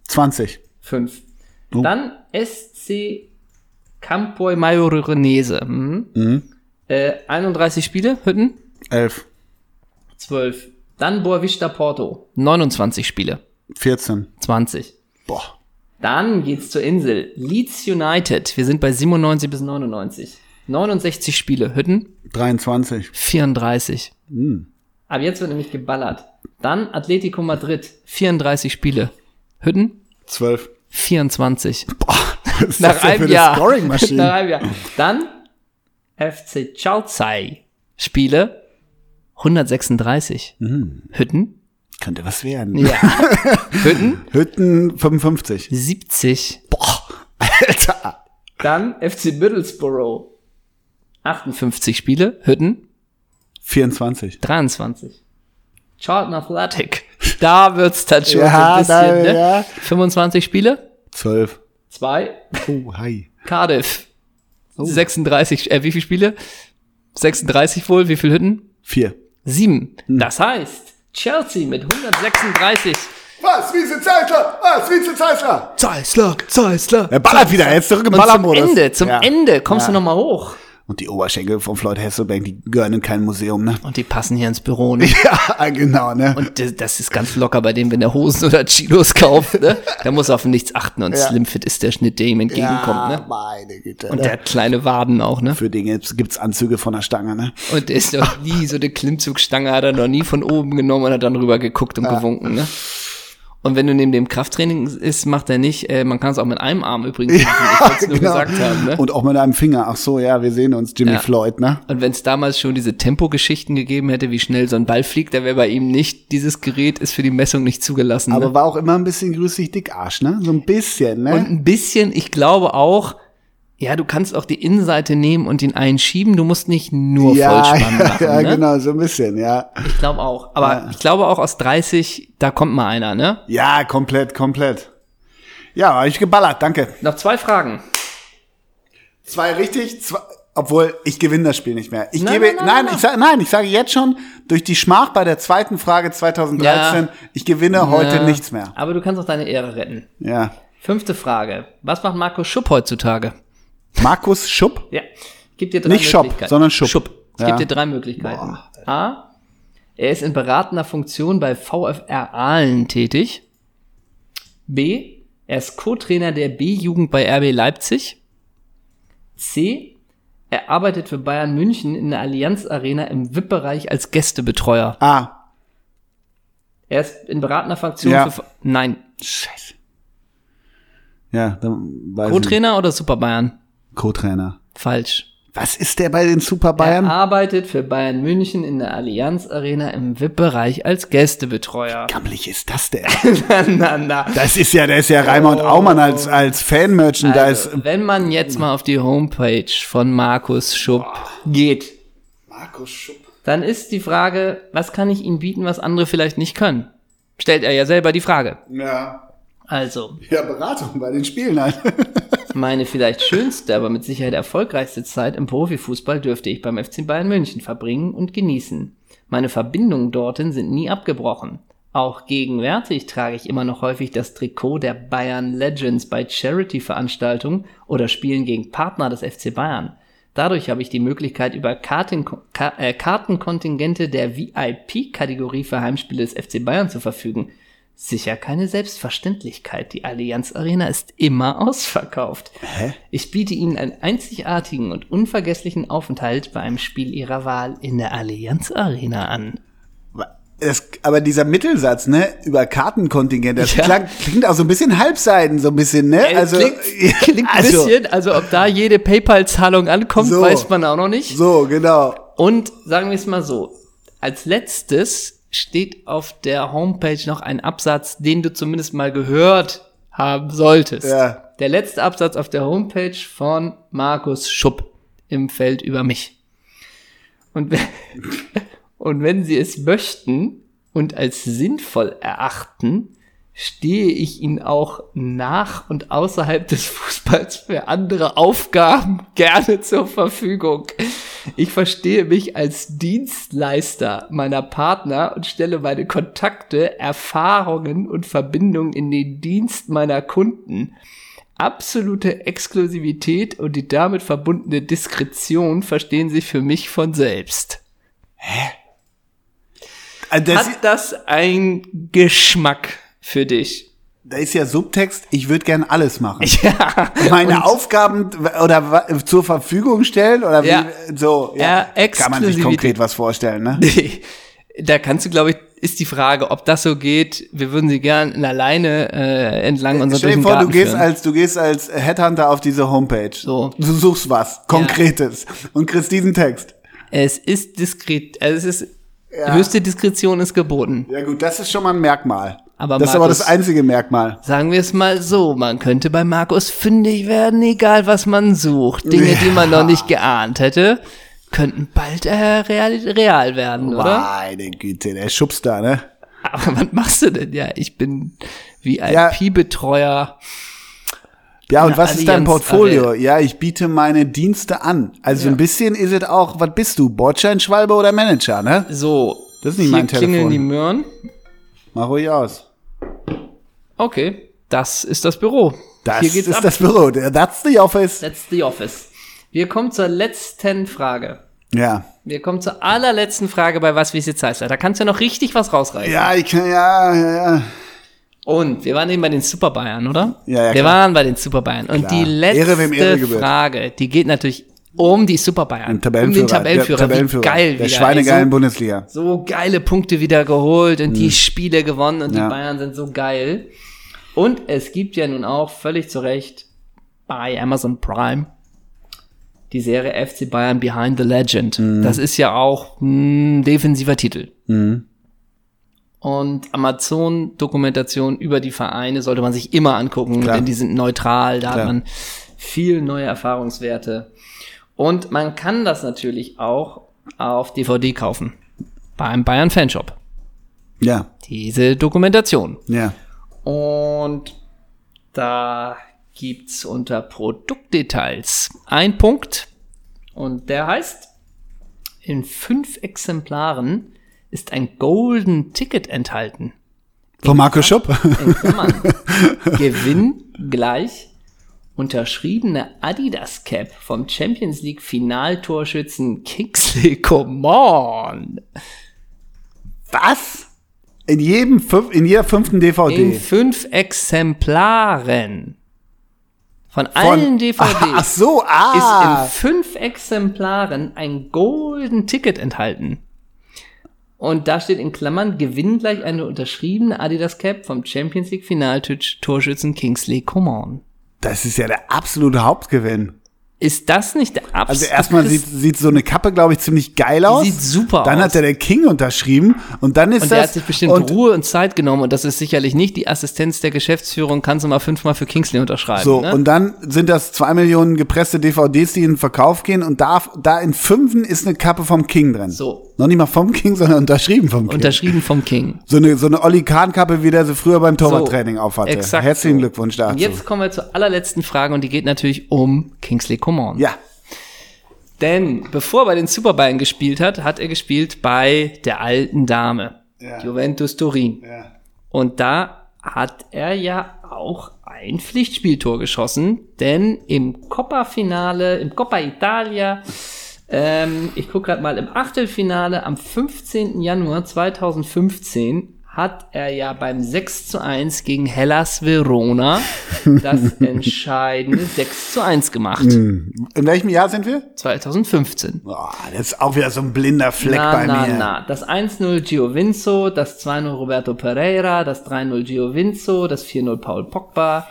B: 20.
A: Fünf. Dann SC Campoy Majorenese. Mhm. Äh, 31 Spiele, Hütten?
B: 11.
A: 12. Dann Boavista Porto. 29 Spiele.
B: 14.
A: 20.
B: Boah.
A: Dann geht's zur Insel. Leeds United. Wir sind bei 97 bis 99. 69 Spiele. Hütten
B: 23.
A: 34. Aber jetzt wird nämlich geballert. Dann Atletico Madrid. 34 Spiele. Hütten
B: 12.
A: 24.
B: Was ist
A: Nach
B: das denn
A: einem
B: für
A: Jahr.
B: eine Scoring-Maschine?
A: Nach einem Jahr. Dann FC Chalzai. Spiele 136.
B: Mhm.
A: Hütten.
B: Könnte was werden.
A: Ja. Hütten
B: Hütten 55.
A: 70.
B: Boah. Alter.
A: Dann FC Middlesbrough. 58 Spiele, Hütten
B: 24.
A: 23. Charlton Athletic. Da wird's dann schon
B: Ja,
A: so ein bisschen,
B: da-
A: ne?
B: ja.
A: 25 Spiele,
B: 12.
A: 2.
B: Oh, hi.
A: Cardiff.
B: Oh.
A: 36, äh, wie viele Spiele? 36 wohl, wie viele Hütten?
B: 4.
A: 7. Das heißt, Chelsea mit 136.
B: Was? Wiese Zeisler? Was? Wiese Zeisler?
A: Zeisler, Zeisler.
B: Er ballert wieder. Er ist zurück im
A: Und zum
B: Ballermodus.
A: Ende, zum
B: Ja.
A: Ende kommst du
B: Ja.
A: nochmal hoch.
B: Und die Oberschenkel von Floyd Hasselbank, die gehören in kein Museum, ne?
A: Und die passen hier ins Büro, ne?
B: Ja, genau, ne?
A: Und das- das ist ganz locker bei dem, wenn er Hosen oder Chinos kauft, ne? Da muss er auf nichts achten und
B: Ja.
A: Slimfit ist der Schnitt, der ihm entgegenkommt,
B: ja,
A: ne?
B: meine Güte.
A: Und
B: ne?
A: der hat kleine Waden auch, ne?
B: Für den gibt's, gibt's Anzüge von der Stange, ne?
A: Und der ist noch nie, so eine Klimmzugstange hat er noch nie von oben genommen und hat dann rüber geguckt
B: Ah.
A: und gewunken, ne? Und wenn du neben dem Krafttraining ist, macht er nicht, äh, man kann es auch mit einem Arm übrigens machen, ich wollte es nur gesagt haben, ne?
B: Genau. Und auch mit einem Finger. Ach so, ja, wir sehen uns, Jimmy
A: Ja.
B: Floyd, ne?
A: Und wenn es damals schon diese Tempogeschichten gegeben hätte, wie schnell so ein Ball fliegt, da wäre bei ihm nicht, dieses Gerät ist für die Messung nicht zugelassen. ne?
B: Aber war auch immer ein bisschen grüßig dick Arsch, ne? So ein bisschen, ne?
A: Und ein bisschen, ich glaube auch, ja, du kannst auch die Innenseite nehmen und ihn einschieben. Du musst nicht nur
B: ja,
A: Vollspann
B: ja,
A: machen.
B: ja,
A: ne?
B: genau, so ein bisschen, ja.
A: Ich glaube auch. Aber ich glaube auch aus 30, da kommt mal einer, ne?
B: Ja, komplett, komplett. Ja, hab ich geballert, danke.
A: Noch zwei Fragen.
B: Zwei richtig, zwei, obwohl ich gewinne das Spiel nicht mehr. Ich
A: Nein,
B: gebe,
A: nein,
B: nein,
A: nein, nein,
B: ich sage, nein, ich sage jetzt schon, durch die Schmach bei der zweiten Frage 2013, ich gewinne heute
A: Ja.
B: nichts mehr.
A: Äh, Aber du kannst auch deine Ehre retten.
B: Ja.
A: Fünfte Frage. Was macht Marco Schupp heutzutage?
B: Markus Schupp?
A: Ja. Ich gebe dir drei
B: Nicht Schopp,
A: Möglichkeiten.
B: sondern Schupp.
A: Ich
B: Ja.
A: gebe dir drei Möglichkeiten. A. Er ist in beratender Funktion bei VfR Aalen tätig. B. Er ist Co-Trainer der B-Jugend bei RB Leipzig. C. Er arbeitet für Bayern München in der Allianz Arena im VIP-Bereich als Gästebetreuer.
B: Ah,
A: Er ist in beratender Funktion
B: Ja.
A: für. Nein.
B: scheiße. Ja, dann weiß ich.
A: Co-Trainer oder Super Bayern?
B: Co-Trainer.
A: Falsch.
B: Was ist der bei den Super Bayern?
A: Er arbeitet für Bayern München in der Allianz Arena im VIP-Bereich als Gästebetreuer.
B: gammelig ist das denn?
A: na, na, na.
B: Das ist ja, da ist ja Raimund Aumann als, als Fan-Merchandise.
A: Oh. Also, wenn man jetzt mal auf die Homepage von Markus Schupp geht,
B: Markus Schupp.
A: dann ist die Frage, was kann ich ihm bieten, was andere vielleicht nicht können? Stellt er ja selber die Frage.
B: Ja.
A: Also,
B: Ja, Beratung bei den Spielen halt.
A: meine vielleicht schönste, aber mit Sicherheit erfolgreichste Zeit im Profifußball dürfte ich beim FC Bayern München verbringen und genießen. Meine Verbindungen dorthin sind nie abgebrochen. Auch gegenwärtig trage ich immer noch häufig das Trikot der Bayern Legends bei Charity-Veranstaltungen oder Spielen gegen Partner des FC Bayern. Dadurch habe ich die Möglichkeit, über Karten, Ka äh, Kartenkontingente der VIP-Kategorie für Heimspiele des FC Bayern zu verfügen. Sicher keine Selbstverständlichkeit. Die Allianz Arena ist immer ausverkauft. Ich biete Ihnen einen einzigartigen und unvergesslichen Aufenthalt bei einem Spiel Ihrer Wahl in der Allianz Arena an.
B: Das, aber dieser Mittelsatz, ne, über Kartenkontingent, das
A: Ja.
B: klang, klingt auch so ein bisschen halbseiden, so ein bisschen, ne?
A: Äh,
B: also,
A: klingt, klingt ein
B: also,
A: bisschen, also ob da jede PayPal-Zahlung ankommt,
B: So.
A: weiß man auch noch nicht.
B: So, genau.
A: Und sagen wir es mal so, als letztes steht auf der Homepage noch ein Absatz, den du zumindest mal gehört haben solltest.
B: Ja.
A: Der letzte Absatz auf der Homepage von Markus Schupp im Feld über mich. Und, we- und wenn Sie es möchten, und als sinnvoll erachten, stehe ich ihn auch nach und außerhalb des Fußballs für andere Aufgaben gerne zur Verfügung. Ich verstehe mich als Dienstleister meiner Partner und stelle meine Kontakte, Erfahrungen und Verbindungen in den Dienst meiner Kunden. Absolute Exklusivität und die damit verbundene Diskretion verstehen sich für mich von selbst.
B: Also Das,
A: Hat das ein Geschmack für dich?
B: da ist ja Subtext, ich würde gern alles machen.
A: Ja.
B: meine Aufgaben oder wa- zur Verfügung stellen oder
A: Ja.
B: wie, so ja.
A: Ja,
B: kann man sich
A: Exklusivität.
B: konkret was vorstellen ne
A: Nee, da kannst du, glaube ich, ist die Frage, ob das so geht. Wir würden sie gern in alleine äh, entlang unserer durch
B: Stell dir
A: den
B: vor, du
A: Garten
B: gehst,
A: führen.
B: als, du gehst als Headhunter auf diese Homepage.
A: So.
B: Du suchst was Konkretes und kriegst diesen Text.
A: es ist diskret, also es ist
B: Ja.
A: höchste Diskretion ist geboten.
B: Ja gut, das ist schon mal ein Merkmal.
A: Aber
B: das ist aber
A: Markus-
B: das einzige Merkmal.
A: Sagen wir es mal so, man könnte bei Markus fündig werden, egal was man sucht. Dinge, die man noch nicht geahnt hätte, könnten bald äh, real, real werden, oder?
B: Meine Güte, der schubst da, ne?
A: Aber was machst du denn? Ja, ich bin wie ein
B: Ja.
A: Pi-Betreuer.
B: Ja, und
A: Eine
B: was ist dein
A: Allianz
B: Portfolio? Ja, ich biete meine Dienste an. Also ein bisschen ist es auch, was bist du? Bordscheinschwalbe oder Manager, ne?
A: So,
B: Das ist nicht
A: hier
B: mein
A: klingeln
B: Telefon.
A: die Möhren.
B: Mach ruhig aus.
A: Okay, das ist das Büro.
B: Das
A: Hier geht's
B: ist
A: ab.
B: das Büro. That's the office.
A: That's the office. Wir kommen zur letzten Frage.
B: Ja.
A: Wir kommen zur allerletzten Frage bei Was, wie es jetzt heißt. Da kannst du noch richtig was rausreißen.
B: Ja, ich kann, ja, ja, ja.
A: Und wir waren eben bei den Super Bayern, oder?
B: Ja, ja,
A: Wir
B: klar.
A: waren bei den Super Bayern. Und
B: Klar.
A: die
B: Ehre, wem
A: letzte
B: Ehre gebührt.
A: Frage, die geht natürlich um die Super Bayern.
B: Im Tabellenführer.
A: Um den Tabellenführer.
B: Der, Tabellenführer.
A: Wie geil Also-
B: der
A: wieder.
B: Schweinegeilen
A: ey.
B: Bundesliga.
A: so, so geile Punkte wieder geholt und die Spiele gewonnen und
B: Mhm. Ja.
A: die Bayern sind so geil. Und es gibt ja nun auch völlig zu Recht bei Amazon Prime die Serie FC Bayern Behind the Legend.
B: Mhm.
A: Das ist ja auch ein defensiver Titel.
B: Mhm.
A: Und Amazon-Dokumentation über die Vereine sollte man sich immer angucken,
B: Klar.
A: denn die sind neutral, da
B: Klar.
A: hat man viel neue Erfahrungswerte. Und man kann das natürlich auch auf DVD kaufen. Beim Bayern Fanshop.
B: Ja,
A: Diese Dokumentation.
B: ja.
A: Und da gibt's unter Produktdetails ein Punkt und der heißt, in fünf Exemplaren ist ein Golden Ticket enthalten.
B: Von Marco Schupp.
A: In Klammern. Gewinn gleich unterschriebene Adidas Cap vom Champions League Finaltorschützen Kingsley Coman.
B: Was? In jedem fünf, in jeder fünften
A: In
B: DVD.
A: fünf Exemplaren. Von
B: Von-
A: allen DVDs.
B: Ach so,
A: ist
B: ah.
A: in fünf Exemplaren ein Golden Ticket enthalten. Und da steht in Klammern, gewinn gleich eine unterschriebene Adidas Cap vom Champions League Finaltorschützen Kingsley Coman.
B: das ist ja der absolute Hauptgewinn.
A: Ist das nicht der Abs?
B: Also erstmal
A: das
B: sieht, sieht so eine Kappe, glaube ich, ziemlich geil aus.
A: sieht super
B: Dann hat
A: aus.
B: er der King unterschrieben und dann ist
A: und
B: das.
A: der hat sich bestimmt
B: und
A: Ruhe und Zeit genommen und das ist sicherlich nicht die Assistenz der Geschäftsführung, kannst du mal fünfmal für Kingsley unterschreiben.
B: so,
A: ne?
B: und dann sind das zwei Millionen gepresste DVDs, die in den Verkauf gehen und da, da in fünften ist eine Kappe vom King drin.
A: So.
B: Noch nicht mal vom King, sondern unterschrieben vom King.
A: Unterschrieben vom King.
B: So eine, so eine Olli Kahn-Kappe, wie der sie früher beim Torwarttraining
A: So,
B: aufhatte.
A: exakt
B: Herzlichen
A: so.
B: Glückwunsch dazu.
A: Und jetzt kommen wir zur allerletzten Frage und die geht natürlich um Kingsley Coman.
B: ja,
A: Denn bevor er bei den Super Bayern gespielt hat, hat er gespielt bei der alten Dame,
B: Ja.
A: Juventus Turin. Und da hat er ja auch ein Pflichtspieltor geschossen, denn im Coppa-Finale, im Coppa Italia, ähm, ich gucke gerade mal, im Achtelfinale am 15. Januar 2015 hat er ja beim 6 zu 1 gegen Hellas Verona das entscheidende 6 zu 1 gemacht.
B: In welchem Jahr sind wir?
A: 2015.
B: Boah, das ist auch wieder so ein blinder Fleck
A: na,
B: bei
A: na,
B: mir.
A: Na. Das 1-0 Giovinzo, das 2-0 Roberto Pereira, das 3-0 Giovinzo, das 4-0 Paul Pogba,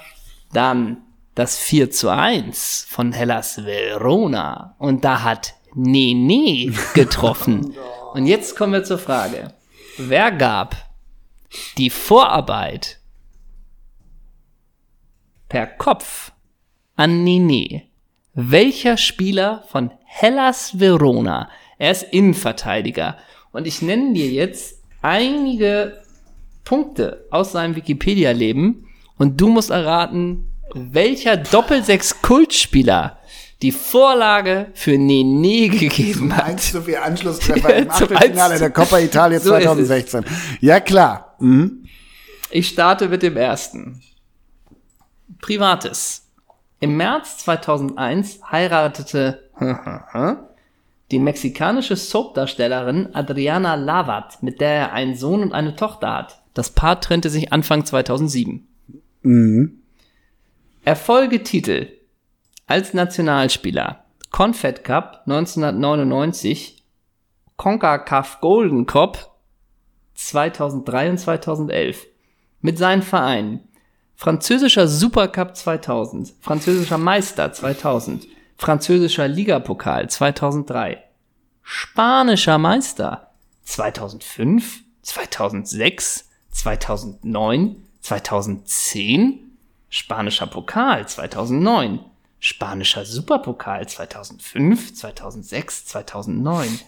A: dann das 4 zu 1 von Hellas Verona. Und da hat Nene getroffen.
B: Oh.
A: Und jetzt kommen wir zur Frage. Wer gab die Vorarbeit per Kopf an Nene? Welcher Spieler von Hellas Verona? Er ist Innenverteidiger. Und ich nenne dir jetzt einige Punkte aus seinem Wikipedia-Leben und du musst erraten, welcher Doppelsechs-Kultspieler die Vorlage für Nene gegeben hat.
B: Eins zu viel Anschlusstreffer im
A: Ja, zum
B: Achtelfinale
A: Eins-
B: der Coppa Italia
A: So ist es.
B: 2016. Ja, klar. Mhm.
A: Ich starte mit dem ersten. Privates. Im März 2001 heiratete die mexikanische Soapdarstellerin Adriana Lavat, mit der er einen Sohn und eine Tochter hat. Das Paar trennte sich Anfang 2007. Erfolgetitel als Nationalspieler Confed Cup 1999, CONCACAF Golden Cup 2003 und 2011 mit seinen Vereinen französischer Supercup 2000, französischer Meister 2000, französischer Ligapokal 2003, spanischer Meister 2005, 2006, 2009, 2010, spanischer Pokal 2009, spanischer Superpokal 2005, 2006, 2009,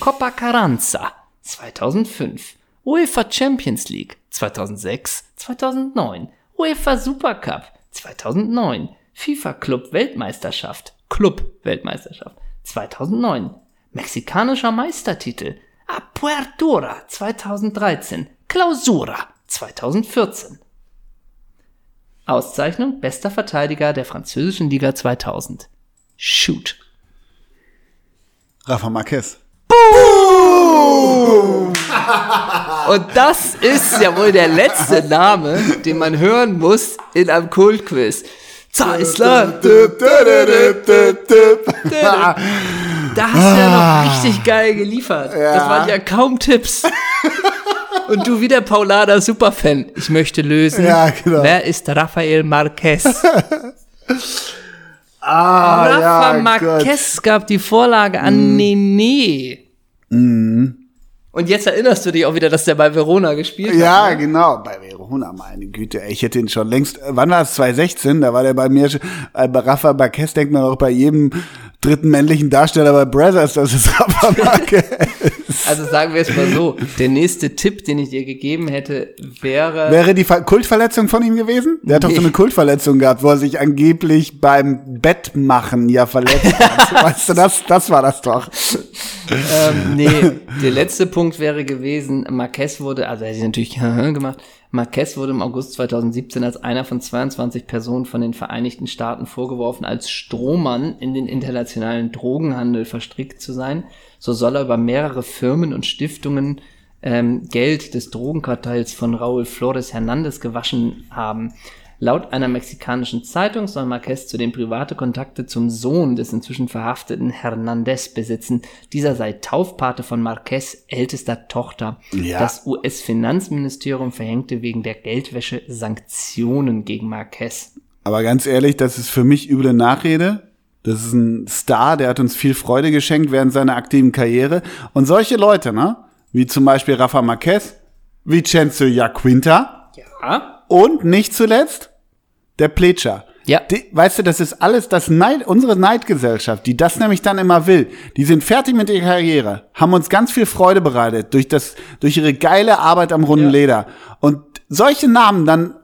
A: Copa Carranza 2005, UEFA Champions League 2006, 2009, UEFA Supercup 2009, FIFA Club Weltmeisterschaft, Club Weltmeisterschaft 2009, mexikanischer Meistertitel, Apertura 2013, Clausura 2014. Auszeichnung bester Verteidiger der französischen Liga 2000. Shoot.
B: Rafa Marquez.
A: Und das ist ja wohl der letzte Name, den man hören muss in einem Kultquiz. Zeissler,
B: Düpp, düpp, düpp, düpp, düpp.
A: da hast du
B: Ah.
A: ja noch richtig geil geliefert. Das waren ja kaum Tipps. Und du wieder Paulada Superfan. Ich möchte lösen.
B: Ja, genau.
A: Wer ist Rafael Marquez?
B: Ah,
A: Rafa
B: ja, Gott. Mhm.
A: Marquez gab die Vorlage an Nene. Und jetzt erinnerst du dich auch wieder, dass der bei Verona gespielt hat.
B: Ja, genau. Bei Verona, meine Güte. ey, Ich hätte ihn schon längst. äh, Wann war es? 2016? Da war der bei mir. schon- äh, Bei Rafa Marquez denkt man auch bei jedem dritten männlichen Darsteller bei Brothers, das ist Rafa Marquez.
A: Also sagen wir es mal so, der nächste Tipp, den ich dir gegeben hätte, wäre
B: Wäre die Ver Kultverletzung von ihm gewesen? Der hat doch so
A: Nee.
B: eine Kultverletzung gehabt, wo er sich angeblich beim Bettmachen ja verletzt hat. weißt du, das, das war das doch.
A: ähm, nee, der letzte Punkt wäre gewesen, Marquez wurde, also hätte ich natürlich gemacht, Marquez wurde im August 2017 als einer von 22 Personen von den Vereinigten Staaten vorgeworfen, als Strohmann in den internationalen Drogenhandel verstrickt zu sein. So soll er über mehrere Firmen und Stiftungen ähm, Geld des Drogenkartells von Raúl Flores Hernández gewaschen haben. Laut einer mexikanischen Zeitung soll Marquez zudem private Kontakte zum Sohn des inzwischen verhafteten Hernandez besitzen. Dieser sei Taufpate von Marquez ältester Tochter.
B: Ja.
A: Das US-Finanzministerium verhängte wegen der Geldwäsche Sanktionen gegen Marquez.
B: Aber ganz ehrlich, das ist für mich üble Nachrede. Das ist ein Star, der hat uns viel Freude geschenkt während seiner aktiven Karriere. Und solche Leute, ne? Wie zum Beispiel Rafa Marquez, Vincenzo Jaquinta
A: Ja?
B: und nicht zuletzt der Pletscher.
A: Ja.
B: Die, weißt du, das ist alles das Neid, unsere Neidgesellschaft, die das nämlich dann immer will. Die sind fertig mit ihrer Karriere, haben uns ganz viel Freude bereitet durch das, durch ihre geile Arbeit am runden Leder. Und solche Namen dann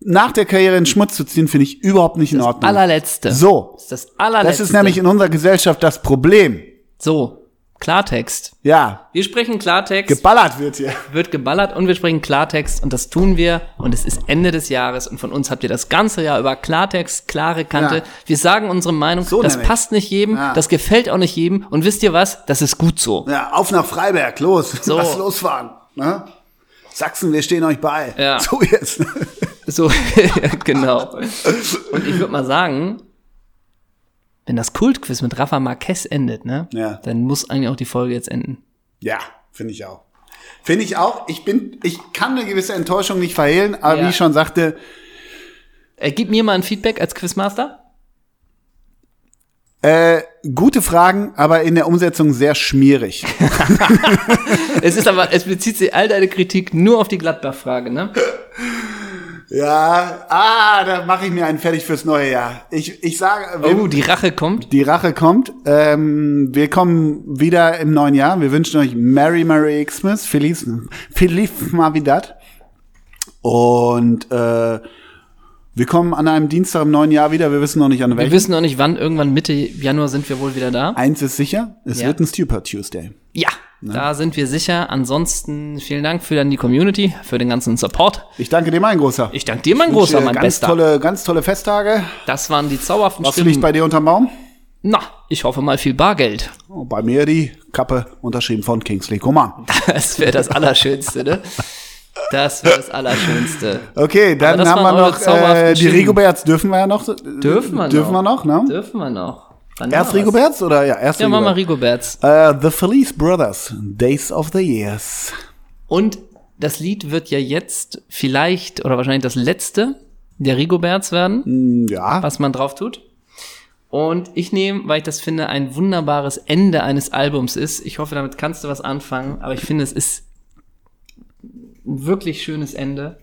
B: nach der Karriere in Schmutz zu ziehen, finde ich überhaupt nicht in
A: Das
B: Ordnung.
A: allerletzte.
B: So.
A: Das ist das allerletzte.
B: Das ist nämlich in unserer Gesellschaft das Problem.
A: so. Klartext.
B: Ja.
A: Wir sprechen Klartext.
B: Geballert wird hier.
A: wird geballert und wir sprechen Klartext und das tun wir und es ist Ende des Jahres und von uns habt ihr das ganze Jahr über Klartext, klare Kante.
B: Ja.
A: Wir sagen unsere Meinung,
B: So
A: das
B: nämlich.
A: passt nicht jedem,
B: Ja.
A: das gefällt auch nicht jedem und wisst ihr was, das ist gut so.
B: Ja, auf nach Freiberg, los.
A: So.
B: Lass losfahren. Ne? Sachsen, wir stehen euch bei.
A: Ja.
B: So jetzt.
A: So, genau. Und ich würde mal sagen, wenn das Kultquiz mit Rafa Marquez endet, ne,
B: Ja.
A: dann muss eigentlich auch die Folge jetzt enden.
B: Ja, finde ich auch. Finde ich auch. Ich bin, ich kann eine gewisse Enttäuschung nicht verhehlen, aber
A: Ja.
B: wie ich schon sagte,
A: Äh, gib mir mal ein Feedback als Quizmaster.
B: äh, gute Fragen, aber in der Umsetzung sehr schmierig.
A: Es ist aber, es bezieht sich all deine Kritik nur auf die Gladbach-Frage, ne?
B: Ja, ah, da mache ich mir einen fertig fürs neue Jahr. Ich, ich sage, wir,
A: Oh, die Rache kommt.
B: die Rache kommt. Ähm, wir kommen wieder im neuen Jahr. Wir wünschen euch Merry Merry Xmas, Feliz, Feliz Navidad. Und äh, wir kommen an einem Dienstag im neuen Jahr wieder. Wir wissen noch nicht an
A: Wir
B: welchem.
A: wissen noch nicht wann, irgendwann Mitte Januar sind wir wohl wieder da.
B: Eins ist sicher, es
A: Ja.
B: wird ein Stupor Tuesday.
A: Ja, da sind wir sicher. Ansonsten vielen Dank für dann die Community, für den ganzen Support.
B: Ich danke dir, mein Großer.
A: Ich danke dir, mein Großer, mein
B: ganz
A: Bester.
B: tolle, ganz tolle Festtage.
A: Das waren die zauberhaften
B: Was
A: Stimmen.
B: liegt bei dir unterm Baum?
A: Na, ich hoffe mal viel Bargeld.
B: Oh, bei mir die Kappe unterschrieben von Kingsley Coman.
A: Das wäre das Allerschönste, ne? Ähm. Das wäre das Allerschönste.
B: Okay, dann
A: das
B: haben wir
A: waren eure
B: noch äh,
A: zauberhaften
B: die
A: Stimmen.
B: Rigoberts. Dürfen wir ja noch?
A: Dürfen wir noch?
B: Dürfen wir noch, ne?
A: Dürfen wir noch? Wann war das?
B: Erst Rigoberts oder ja, erst
A: Ja, machen wir
B: Rigobert.
A: Rigoberts.
B: Äh, The Felice Brothers, Days of the Years.
A: Und das Lied wird ja jetzt vielleicht oder wahrscheinlich das letzte der Rigoberts werden,
B: Hm, Ja,
A: was man drauf tut. Und ich nehme, weil ich das finde, ein wunderbares Ende eines Albums ist. Ich hoffe, damit kannst du was anfangen, aber ich finde, es ist ein wirklich schönes Ende.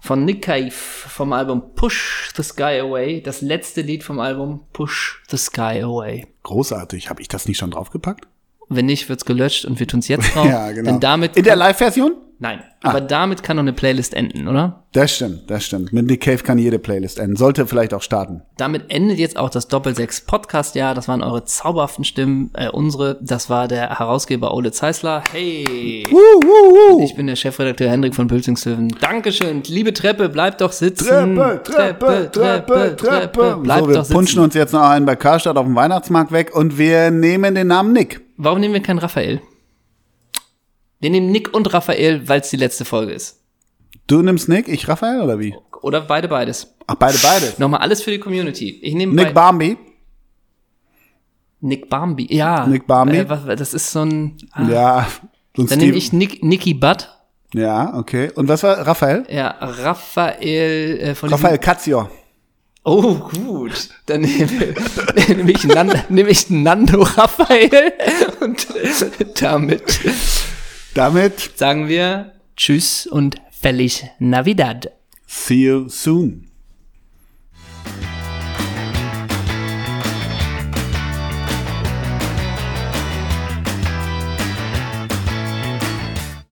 A: Von Nick Cave vom Album Push the Sky Away. Das letzte Lied vom Album Push the Sky Away.
B: großartig. Habe ich das nicht schon draufgepackt?
A: Wenn nicht, wird's gelöscht und wir tun's jetzt drauf. Oh, Denn damit
B: genau. In der Ah. Live-Version?
A: Nein, aber damit kann doch eine Playlist enden, oder?
B: Das stimmt, das stimmt. Mit Nick Cave kann jede Playlist enden. Sollte vielleicht auch starten.
A: Damit endet jetzt auch das Doppelsechs Podcast Jahr. Das waren eure zauberhaften Stimmen, äh, unsere. Das war der Herausgeber Ole Zeisler. Hey,
B: Uh, uh, uh.
A: ich bin der Chefredakteur Hendrik von Bülzingshöfen. Dankeschön, liebe Treppe, bleib doch sitzen.
B: Treppe, Treppe, Treppe, Treppe.
A: bleib
B: So, wir
A: doch sitzen.
B: punschen uns jetzt noch einen bei Karstadt auf dem Weihnachtsmarkt weg und wir nehmen den Namen Nick.
A: Warum nehmen wir keinen Raphael? Wir nehmen Nick und Raphael, weil's die letzte Folge ist.
B: Du nimmst Nick, ich Raphael oder wie?
A: Oder beide beides.
B: Ach, beide, beide.
A: Nochmal alles für die Community. Ich nehme
B: Nick
A: bei-
B: Barmby.
A: Nick Barmby. Ja.
B: Nick Barmby.
A: Äh, was, das ist so ein. Ah,
B: Ja, so ein
A: Dann nehme
B: Steven-
A: ich Nick, Nicky Butt.
B: Ja, okay. Und was war Raphael?
A: Ja, Raphael äh, von
B: Raphael Cazio.
A: Diesem, oh, gut. Dann nehme, nehme, ich, Nan, nehme ich Nando Raphael. Und damit
B: Damit,
A: sagen wir Tschüss und Feliz Navidad.
B: see you soon.